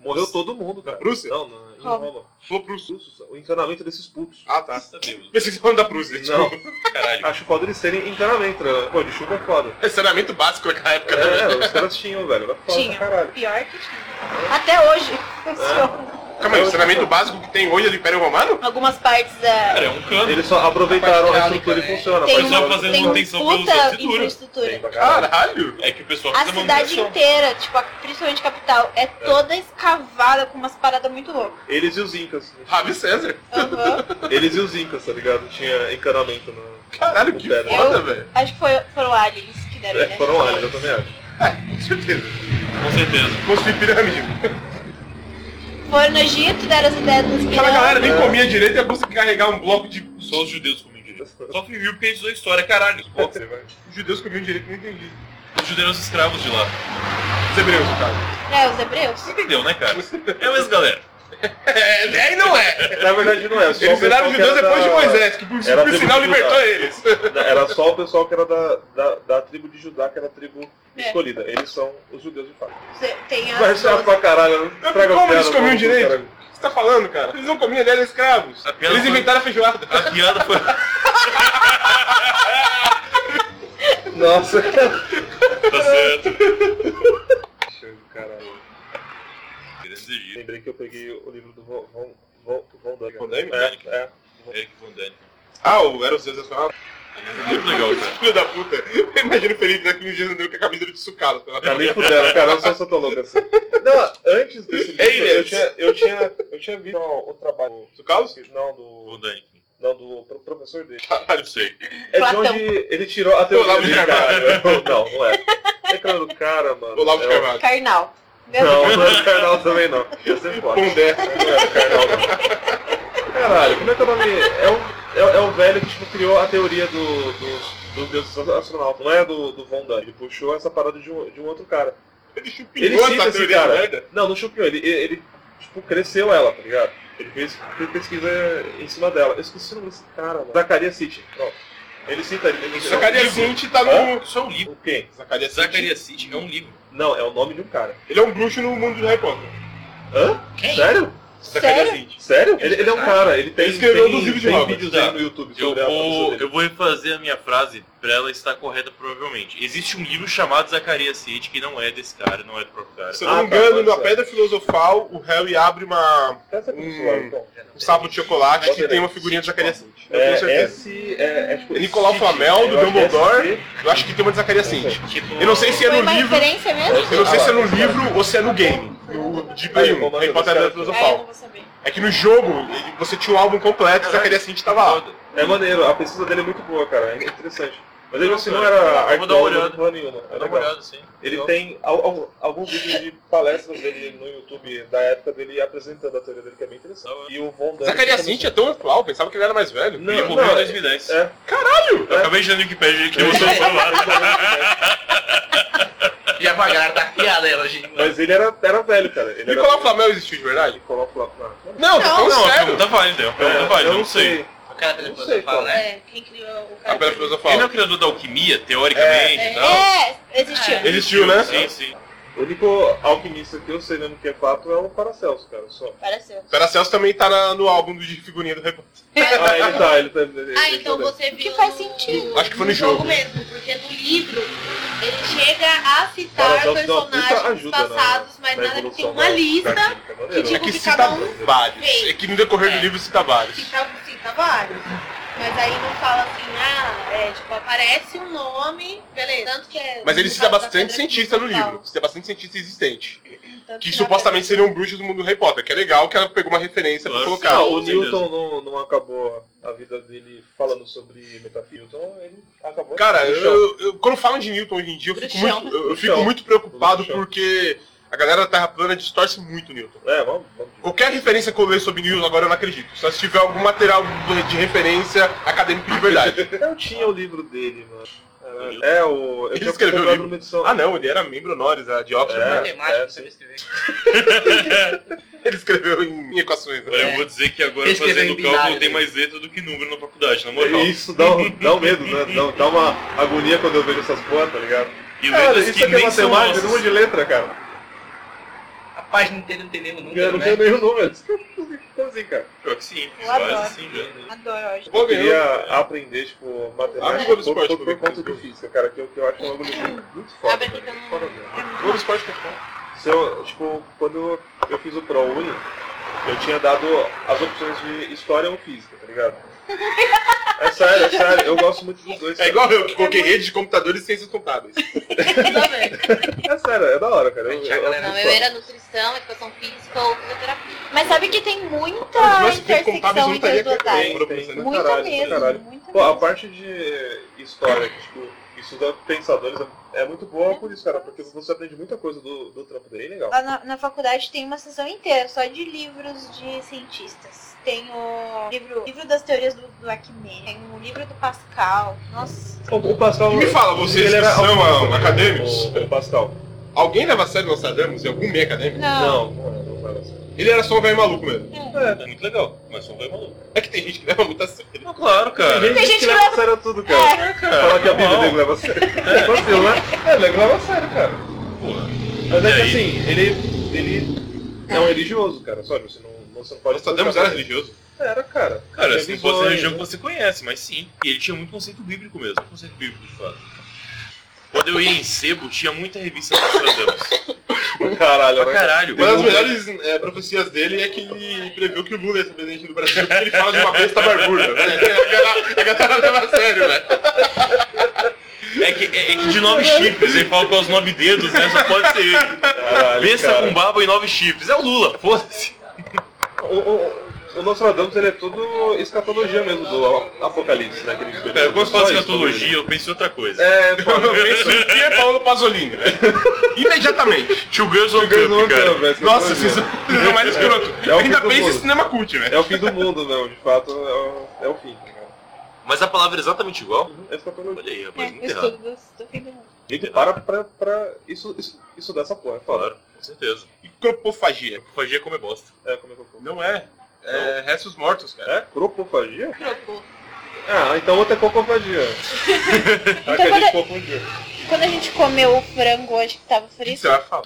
B: Morreu todo mundo, cara.
G: Prússia?
B: Não, na, em
F: Roma.
B: Roma.
G: Falou pros...
B: Pulsos, o encanamento desses pulsos.
G: Ah, tá.
C: Tá bêbado.
G: Pensei que você falando da Prússia.
B: Não,
G: Tipo,
C: Caralho.
B: acho foda eles serem encanamento. né? Pô, de chuva é foda.
G: é saneamento básico naquela época. né?
B: É, os caras tinham, velho. Era foda
F: Tinha.
B: pra caralho.
F: Pior que tinha. Até hoje funciona.
G: Calma aí, o saneamento básico que tem hoje é do Império Romano?
F: Algumas partes da.
C: Cara, é um cano.
B: Eles só aproveitaram a
H: Parte
B: estrutura e
H: hidráulica, né?
B: funciona.
F: Tem,
C: mas só
F: uma,
C: fazendo
F: tem um
C: manutenção pela
F: puta
C: infraestrutura.
F: infraestrutura.
B: Tem pra caralho.
G: Caralho!
C: É que o pessoal
F: A
C: faz uma
F: cidade
C: manutenção.
F: inteira, tipo, a- principalmente a capital, é toda escavada com umas paradas muito loucas.
B: Eles e os incas. né?
G: Rabi César.
F: Aham.
B: Eles e os incas, tá ligado? Tinha encanamento no...
G: Caralho, que
B: Eu-
G: foda, velho.
F: Acho que foi, foram aliens que deram
B: É,
F: né?
B: foram lá, eu também acho.
G: Com certeza.
C: Com certeza.
G: Construir pirâmide.
F: Foram no Egito, deram as ideias dos
G: Aquela galera nem
B: É.
G: comia direito e ia conseguir carregar um bloco de...
C: Só os judeus comem direito. Só viu porque eles a história, caralho.
G: Pô, você vai. Os judeus comiam direito, não entendi.
C: Os judeus eram os escravos de lá.
G: Os hebreus, no caso.
F: É, os hebreus.
C: Você entendeu, né, cara? É o ex-galera.
G: É, é e não é.
B: Na verdade não é. só o
G: Eles viraram
B: pessoal que
G: judeus
B: era
G: depois de
B: da-
G: Moisés, que por,
B: era
G: por
B: tribo
G: sinal
B: de
G: libertou
B: Judá.
G: eles.
B: Era só o pessoal que era da, da, da tribo de Judá, que era a tribo
F: É.
B: escolhida. Eles são os judeus de fato.
F: Você Tem as
B: Vai ser pra caralho. Traga
G: Como
B: o
G: eles
B: cara,
G: comiam
B: vamos,
G: direito?
B: cara.
G: O que você tá falando, cara? Eles não comiam, eles eram escravos.
C: A piada
G: Eles
C: foi-
G: inventaram a feijoada.
C: A piada foi.
B: Nossa,
C: tá certo.
B: caralho.
C: Grandes Egito.
B: Lembrei que eu peguei o livro do Von, Von, Von, Von Däniken.
G: Von Däniken?
B: É, é.
C: Eric Von Däniken.
G: Ah, o era os deuses nacional?
C: Muito legal, cara.
G: Filho da puta. Eu imagino feliz naquele dia andando com a camisa de sucado. pela-
B: Tá nem fudendo, cara, eu sou satologo assim. Não, antes desse livro,
G: Ei,
B: eu
G: Deus.
B: tinha, eu tinha, eu tinha visto o, o trabalho do Carlos? Não, do,
C: Von Däniken.
B: não, do pro- professor dele.
C: Caralho, sei.
B: É de
F: Platão.
B: onde ele tirou a teoria
G: Olavo de
B: de Carvalho. Não, não é. É claro, cara, mano.
G: Olavo de
B: É,
G: Carvalho.
F: Carnal.
B: Não, não é do Carnal também não. Você pode.
G: Pondé.
B: Não é do Carnal não. Caralho, como é que é o nome? É o, é, o- é o velho que tipo, criou a teoria do, do, do Deus astronauta. Não é do, do Von Dunn. Ele puxou essa parada de um, de um outro cara.
G: Ele chupinhou
B: Ele cita
G: essa
B: esse
G: teoria
B: cara.
G: da merda.
B: Não, não chupinhou. Ele, ele tipo, cresceu ela, tá ligado? Ele fez fez pesquisa em cima dela. Eu esqueci o nome desse cara, mano. Zacaria City. Pronto. Ele cita ele. ele-
G: Zacaria Sint tá
B: Hã?
G: no...
C: Isso é um livro.
B: O quê?
G: Zacaria Sint.
C: Zacaria City é um livro.
B: Não, é o nome de um cara.
G: Ele é um bruxo no mundo de Harry Potter.
B: Hã?
H: Quem?
B: Sério?
G: Zacaria
F: Sério?
G: Sint.
B: Sério? Ele, ele é um cara, ele tem,
G: Ele escreveu
B: tem,
G: nos livros de
B: tem
G: Hogwarts.
B: vídeos
C: Tá.
B: aí no YouTube
C: Eu
B: sobre a profissão
C: vou,
B: dele.
C: eu vou refazer a minha frase pra ela estar correta, provavelmente. Existe um livro chamado Zacaria City que não é desse cara, não é do próprio cara.
G: Se eu não
B: Ah,
G: me
B: tá,
G: engano,
B: pode
G: na
B: ser.
G: Pedra Filosofal, o Harry abre uma...
B: Tá essa pessoa,
G: Hum.
B: então.
G: um sapo de chocolate
B: Bota
G: que tem
B: aí.
G: uma figurinha de Zacaria Sint. Eu tenho
B: É,
G: certeza.
B: esse é, é tipo...
G: É Nicolau
B: City.
G: Flamel,
B: Eu acho
G: do
B: que é
G: Dumbledore.
B: esse aqui.
G: Eu acho que tem uma de Zacaria Sint.
H: Tipo,
G: Eu não sei se é
F: Foi
G: no
F: uma
G: livro...
F: referência mesmo?
G: Eu não sei se é no livro ou se é no game. No de Play
B: Ah, Aí,
G: 1,
B: como é
G: Harry
B: que
G: Potter
B: você acha?
G: da
F: Ah, eu
G: Filosofal.
F: não vou saber.
G: É que no jogo, ele- você tinha um álbum completo, Zacaria Sint tava lá.
B: É maneiro, a pesquisa dele é muito boa, cara, é interessante. Mas ele
C: Não,
B: assim, não
C: cara.
B: era
C: Eu vou dar
B: arqueólogo
C: uma olhada.
B: de porra nenhuma. É
C: Eu dou uma
B: legal.
C: olhada, assim.
B: Ele
C: Legal.
B: tem al- al- alguns vídeos de palestras dele no YouTube da época dele apresentando a teoria dele, que é bem interessante. E o Von Däniken
G: Zacarias
B: também-
G: Lynch é tão atual, pensava que ele era mais velho.
B: Não,
C: Ele morreu em
B: não,
C: 2010.
B: é.
C: Caralho! Eu acabei de ler no Wikipedia que eu sou
D: Já a galera tá fiada aí hoje.
C: um, né?
B: Mas ele era, era velho, cara. Ele
G: Nicolau
B: era... um
G: Flamel existiu de verdade?
B: Nicolau Flamel.
G: Não,
E: tá
G: tô falando
C: Não, tá né? a
G: sério.
C: pergunta válida. A pergunta válida, eu não sei.
D: O cara pela
B: Não
D: coisa
B: sei,
D: que fala,
B: cara.
D: né?
F: É, quem criou o
G: A
F: cara?
G: Bela Filosofal.
C: Ele não é o criador da alquimia, teoricamente e tal?
F: É, existiu.
E: É.
G: Existiu, né?
C: Sim, sim.
B: O único alquimista que eu sei mesmo que é fato é o Paracelso, cara. Só.
F: Pareceu.
G: Pera Celso também tá na- no álbum do de figurinha do repórter.
B: Ah, ele tá, ele tá. Ele,
E: Ah,
B: ele
E: então
B: tá dentro.
E: você viu.
F: que faz
E: no-
F: sentido.
G: Acho que foi no jogo.
E: mesmo, porque no livro ele chega a
B: Cara,
E: citar
B: Zelda
E: personagens
B: Zelda ajuda na-
E: passados, mas
B: na
E: É nada que tem
B: evolução
E: uma
B: da-
E: lista
B: da química, maneiro.
E: que
G: É
E: digo
G: que
E: que
G: cita
E: cada um
G: vários.
E: fez.
G: É que no decorrer
E: É.
G: do livro cita vários.
E: cita, cita vários. tá Mas aí não fala assim, ah, é, tipo, aparece um nome, beleza. Tanto que é-
G: Mas ele
E: no
G: cita
E: caso da
G: bastante
E: pedra
G: cientista no
E: filosofal.
G: livro. Cita bastante cientista existente.
E: Então,
F: Tanto
G: Que
F: na
G: supostamente seriam bruxos do mundo do Harry Potter. Que é legal que ela pegou uma referência pra
C: Claro.
G: colocar.
B: Não, Ah, o
C: Sim,
B: Newton não, não acabou a vida dele falando sobre metafísica, então ele acabou.
G: Cara,
B: no chão.
G: eu, eu- quando falam de Newton hoje em dia, eu fico
E: Bruxão.
G: muito, eu- eu
B: é um Bruxão.
G: fico muito preocupado
B: Bruxão.
G: porque a galera da Terra plana distorce muito Newton.
B: É, vamos. vamos.
G: Qualquer referência que eu ler sobre Newton agora eu não acredito. Só se tiver algum material de referência acadêmico de verdade.
B: Eu tinha o livro dele, mano. Era- É, o. Eu
G: Ele
B: tinha
G: escreveu o
B: comprado
G: livro?
B: numa edição.
G: ah não, ele era membro honoris ah, de Oxford.
B: É.
G: né?
D: Matemática,
B: é,
D: não sabe escrever.
G: Ele escreveu em, em equações.
C: Olha,
G: Né?
C: eu vou dizer que agora
D: Ele escreveu
C: fazendo
D: em
C: cálculo
D: binário,
C: tem
D: né?
C: mais letra do que número na faculdade, na moral.
B: Isso dá, um- dá um medo, né? Dá, dá uma agonia quando eu vejo essas porra, tá ligado?
C: E
B: Cara,
C: letras
B: isso
C: que
B: aqui é
C: nem são
B: matemática, não
C: nossas.
B: de letra, cara.
D: A página inteira não tem nenhum
B: Eu
D: número,
B: não
D: né?
B: tenho nenhum número. Então assim, cara.
C: Pior que sim, fiz
F: Eu
C: várias
F: adoro.
C: assim já.
F: verdade, Adoro hoje.
B: Eu
G: Vou ganhar.
B: queria aprender, tipo,
G: Abre o
B: matemática
G: Globo
B: por,
G: Esporte
B: por,
G: pra
B: por
G: ver
B: conta
G: que
B: do física, cara, que eu, que eu acho um bagulho muito, muito foda.
E: Abre aqui
B: velho,
E: pra
B: foda mesmo.
G: Globo Esporte que é bom.
B: Se eu, tipo, quando eu fiz o ProUni, eu tinha dado as opções de história ou física, tá ligado? É sério, é sério, eu gosto muito dos dois. cara.
G: É igual eu, que coloquei rede de computadores e ciências contábeis.
B: É sério, é da hora, cara. Eu,
D: Tinha a
B: eu,
D: galera
E: Não, eu era nutrição, educação física ou fisioterapia.
F: Mas sabe que tem muita
G: Mas se fosse contábeis, eu
F: Ah, intersecção
G: não
F: entre
G: estaria
F: as duas
G: aqui. né?
F: áreas.
B: tem, tem, pra
F: Muita
B: caralho, pra
F: mesmo,
B: caralho.
F: muita
B: Pô, a
F: mesmo.
B: parte de história, que, tipo, estudar pensadores é- é muito boa por isso, cara, porque você aprende muita coisa do, do trampo dele, legal.
F: Lá na, na faculdade tem uma sessão inteira só de livros de cientistas. Tem o livro, livro das teorias do, do Acme, tem o livro do Pascal. Nossa,
B: O, o Pascal...
G: Me fala, vocês
B: ele
G: que
B: era
G: são
B: alfabetizado,
G: ah, acadêmicos,
B: O, o Pascal.
G: alguém leva a sério Nostradamus? Algum meio acadêmico?
F: não.
B: Não, não, não, não, não.
G: Ele era só um velho maluco mesmo.
C: É muito legal, mas só vai maluco.
G: É que tem gente que leva muito a sério.
B: Ah,
C: Não, claro, cara.
F: Tem gente que
B: leva a sério tudo, cara.
C: É, cara.
B: Falar que a Bíblia
C: normal.
B: nego leva a sério. Vacilo, né? É, nego leva a sério, cara.
C: Porra.
B: Mas é
C: E
B: que
C: aí?
B: assim, ele, ele é um religioso, cara. Só você não, você não pode...
G: Nostradamus era religioso.
B: Era, cara.
C: um Cara,
B: Tinha
C: se não fosse a
B: visões,
C: religião
B: né?
C: que você conhece, mas sim. E ele tinha muito conceito bíblico mesmo, conceito bíblico de fato. Quando eu ia em sebo, tinha muita revista do Nostradamus.
B: Caralho,
C: Pra
B: né, cara?
C: caralho.
G: Uma das melhores eh, profecias dele é que ele previu que o Lula ia ser presidente do Brasil porque ele fala de uma besta barbuda. né? A galera leva a sério, né?
C: É que, é, é que de nove chifres, ele fala com os nove dedos, né? Só pode ser ele.
B: Caralho,
C: Besta
B: cara.
C: com baba e nove chifres. É o Lula, foda-se.
B: O, o, o Nostradamus ele é todo escatologia mesmo do Apocalipse, né? que ele escreveu.
C: Cara, quando você fala
B: Só
C: É, de
B: isso, né?
C: escatologia, eu penso em outra coisa.
B: É,
G: Eu penso em quem é Paulo Pasolini, né? Imediatamente.
C: Two Girls One
B: Girls One
C: Cup, cara.
B: Cup, né, velho.
G: Nossa, isso é o mais escroto.
B: É o fim
G: Ainda
B: do
G: pensa em
B: mundo.
G: cinema cult, né?
B: é o fim do mundo mesmo, de fato, é o, é o fim. cara.
C: Mas a palavra é exatamente igual?
B: É escatologia.
C: Olha aí,
F: É,
C: rapaz,
F: o
C: muito errado.
F: estudo do, do fim do mundo.
B: Ele para pra, pra isso, isso, isso dessa porra, é foda.
C: Claro, com certeza.
G: E cropofagia.
C: Fagia como é bosta.
B: É, como é que eu falo?
G: Não é. É restos mortos, cara.
B: É? Cropofagia?
E: Trocou.
B: Ah, então outra é cocofagia.
F: Então,
B: a que a
F: quando-
B: gente confundiu.
F: Quando a gente comeu o frango hoje que tava
G: O que
F: frito,
G: você vai falar?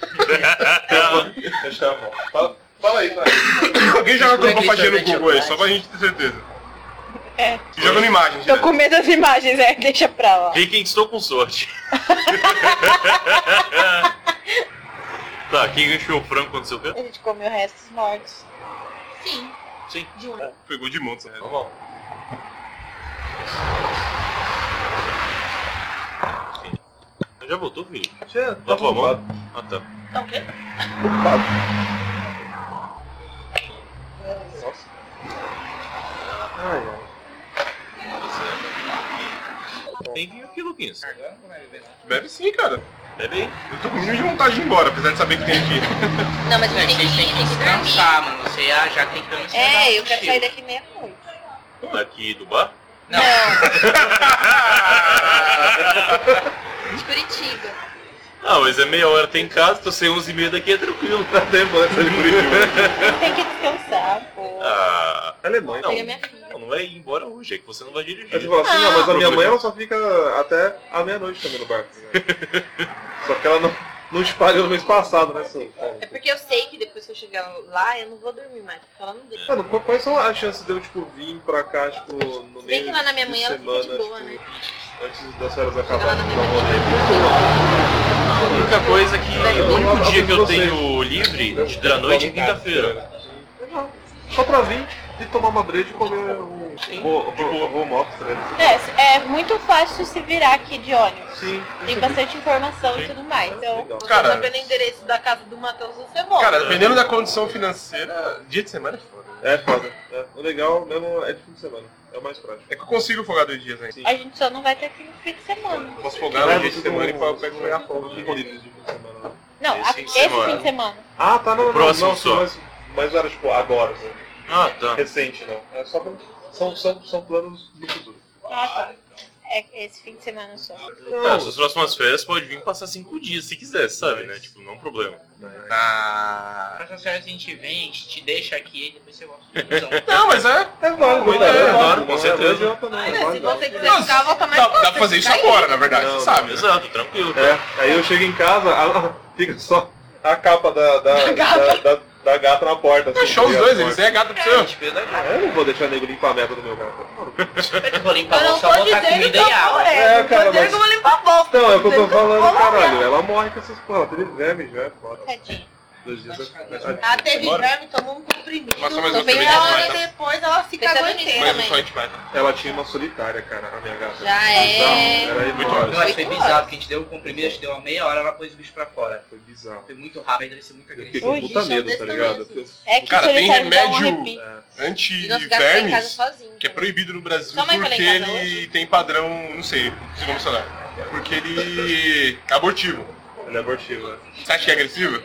B: Deixa a mão. Tá Fala, fala aí, fala aí.
G: Alguém joga cropofagia no Google aí,
D: Exatamente.
G: só pra gente ter certeza.
F: É.
G: Joga na imagem, né?
F: tô
G: direto.
F: com medo das imagens, é, deixa pra lá.
C: Quem estou com sorte. tá, quem ganhou o frango quando seu
F: A gente comeu restos mortos.
E: Sim.
C: Sim.
E: De um.
G: Pegou de monte, né?
B: Normal.
C: Já voltou, filho?
B: Tinha, tá
C: Lavou a mão?
B: roubado.
C: Ah, tá.
E: Tá o quê?
B: Nossa. Ai, ai. Bom,
C: Tem vinho aqui, Luquinhas.
D: Agora não vai beber nada.
G: Bebe sim, cara.
C: Bebe aí.
G: Eu tô com mínimo de vontade de ir embora, apesar de saber que tem aqui.
E: Não, mas a
D: É, a
E: gente tem
D: gente
E: que
D: tem
E: ir,
D: que
E: tem que dormir.
D: descansar, mano. Você já, já tem que dormir.
E: É, eu quero sair daqui meia-noite.
C: Daqui do bar.
D: Não.
F: É,
E: De Curitiba.
C: Ah, mas é meia hora tem em casa, tô sem 11 e meia daqui é tranquilo. Tá tempo essa de Curitiba.
F: Tem que descansar, pô.
C: Ah,
B: Alemã.
C: não.
E: Peguei É minha filha.
C: Não, não vai ir embora hoje, é que você não vai dirigir.
B: Aí você fala É assim, não, mas a minha mãe ela só fica até a meia-noite também no barco. né? só que ela não, não espalhou no mês passado, né, seu? Paulo?
E: É porque eu sei que depois que eu chegar lá, eu não vou dormir mais, porque ela
C: É,
E: não deixa.
B: Mano, qu- quais são as chances de eu, tipo, vir pra cá, tipo, no
E: Bem
B: meio
E: que lá na minha
B: de
E: mãe ela
B: semana,
E: fica de boa,
B: tipo,
E: né?
B: antes das férias
E: Chega lá
B: acabarem,
E: na minha
B: dar um rolê?
E: mãe.
C: A única coisa que. O único dia que eu tenho livre da noite é quinta-feira.
B: Não, Só pra vir e tomar uma breja e comer um
C: Sim,
B: ro-
C: de
B: ro-
C: boa.
B: home office, né?
F: É, é muito fácil se virar aqui de ônibus.
B: Sim.
F: É. Tem bastante informação e tudo mais. Então,
B: Legal.
E: Você
G: Cara-
E: tá pelo endereço da casa do Matheus, você volta.
G: Cara, dependendo da condição financeira, dia de semana é foda. né?
B: É foda. né? O legal mesmo é de fim de semana. É o mais prático.
G: É que eu consigo folgar dois dias ainda.
F: a gente só não vai ter aqui no fim de semana.
G: Posso folgar um dia de semana e pego pego minha folga.
B: Fica livre de fim de semana. né?
F: Não,
G: Esse
F: a-
G: fim de
F: esse
G: semana.
F: fim de semana.
B: Ah, tá, não, não,
C: Próximo
B: não,
C: só.
B: Mas, mas era tipo agora, né?
C: Ah, tá.
B: recente não. É só pra, são, são, são planos do futuro.
F: Ah, tá. É esse fim de semana só.
C: Ah, suas próximas férias pode vir passar cinco dias se quiser, sabe, né? Tipo, não é um problema.
G: Ah.
D: Mas se um a gente vem, a gente te deixa aqui e depois você volta. Então,
G: Não, mas é.
B: É válido,
G: Muito bem, claro, com
B: não
C: certeza.
B: Não adianta, não, é
E: Olha, se
B: válido.
E: você quiser ficar, volta mais
G: Dá,
E: pra
G: dá pra fazer isso
E: Aí,
G: agora, na verdade,
B: Não,
G: você sabe. né?
C: Exato, tranquilo.
B: É, aí eu chego em casa, a- fica só a capa da, da, da, da- da gata na porta. assim,
G: Fechou os
B: ligado?
G: dois, eles é gato pro seu.
B: Eu não vou deixar nego limpar a merda do meu gato.
D: eu vou limpar
E: Eu
D: a
E: não
D: louça,
E: tô
D: botar
E: dizendo que
D: comida
E: eu
D: e
E: vou,
G: Ah,
D: água.
E: é,
B: É,
E: não tô
B: cara,
E: dizendo
B: mas-
E: que eu vou limpar a bosta.
B: Não, é o que eu
E: Vocês
B: tô
E: não
B: falando,
E: falam
B: caralho. Ela morre com essas porra. Teve verme já, é foda.
F: Tadinho.
B: Dois dias
E: Ela Ah, teve
G: Bora.
E: verme, Tá tomou um comprimido.
G: Mas só mais uma
E: tomei
G: cerveja,
E: uma
G: vai,
E: hora
G: tá?
E: depois, ela se
F: Pensando
E: cagou
F: nisso
E: inteira,
G: Mas
E: mãe.
G: só a gente vai.
B: Ela tinha uma solitária, cara, a minha gata.
E: Já é.
B: Bizarro, Era
G: Muito
B: enorme.
D: Não, mas foi
E: Oito
D: bizarro,
E: horas.
D: porque a gente deu o comprimido, a gente deu uma meia hora, ela pôs o bicho pra fora.
B: Foi bizarro.
D: Foi muito rápido, ele ser muito
B: Eu fiquei
D: agressivo.
B: com
F: Ui,
B: puta
E: bicho,
B: medo,
E: desse
B: tá ligado?
E: tamanho,
F: É que
G: Cara, tem
F: solitário dá um
G: remédio-
F: arrepio.
E: E não ficar em tá casa
G: Anti-vermes,
E: sozinho.
G: que é proibido no Brasil
E: Sua mãe foi lá em
G: porque
E: casa hoje?
G: ele tem padrão, não sei, não sei como falar. Porque ele é abortivo.
B: Ele é abortivo, né?
G: Você acha que é agressivo?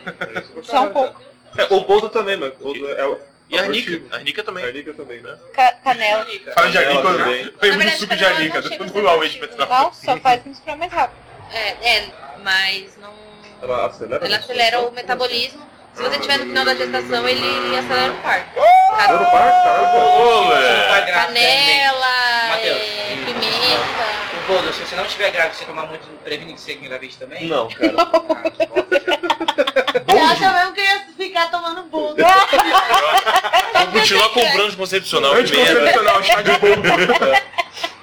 F: Só um pouco.
B: É, o Boldo também, mas o Boldo é o
C: E a
B: abortivo.
C: Arnica? A Arnica
B: A
C: também.
B: Arnica também, né?
F: Ca- canela.
B: É.
G: Fala de
B: Ela
G: alíquota.
B: também.
G: Foi
E: Na
G: muito
E: verdade,
G: suco de
E: pra ela
G: alíquota.
E: não chega a ser
G: Tudo ao eixo
E: abortivo.
G: pra
F: Não, só faz isso pra mais rápido.
E: É, é, mas não.
B: Ela acelera?
E: Ela acelera o metabolismo. Se você tiver no final da gestação, ele acelera o parto.
B: Acelera o
E: Ca-
B: parto, caralho.
C: Ô,
D: Você
C: velho!
D: tá grávida, hein?
E: Canela,
D: Mateus.
E: é, pimenta.
D: O Bodo, se você não estiver grávido, você tomar muito previne que você engravide também?
B: Não, cara.
D: Ah, que bosta, cara.
E: Ela também queria ficar tomando bolo.
C: Vou continuar comprando de concepcional de merda.
G: Anticoncepcional, chá de bolo.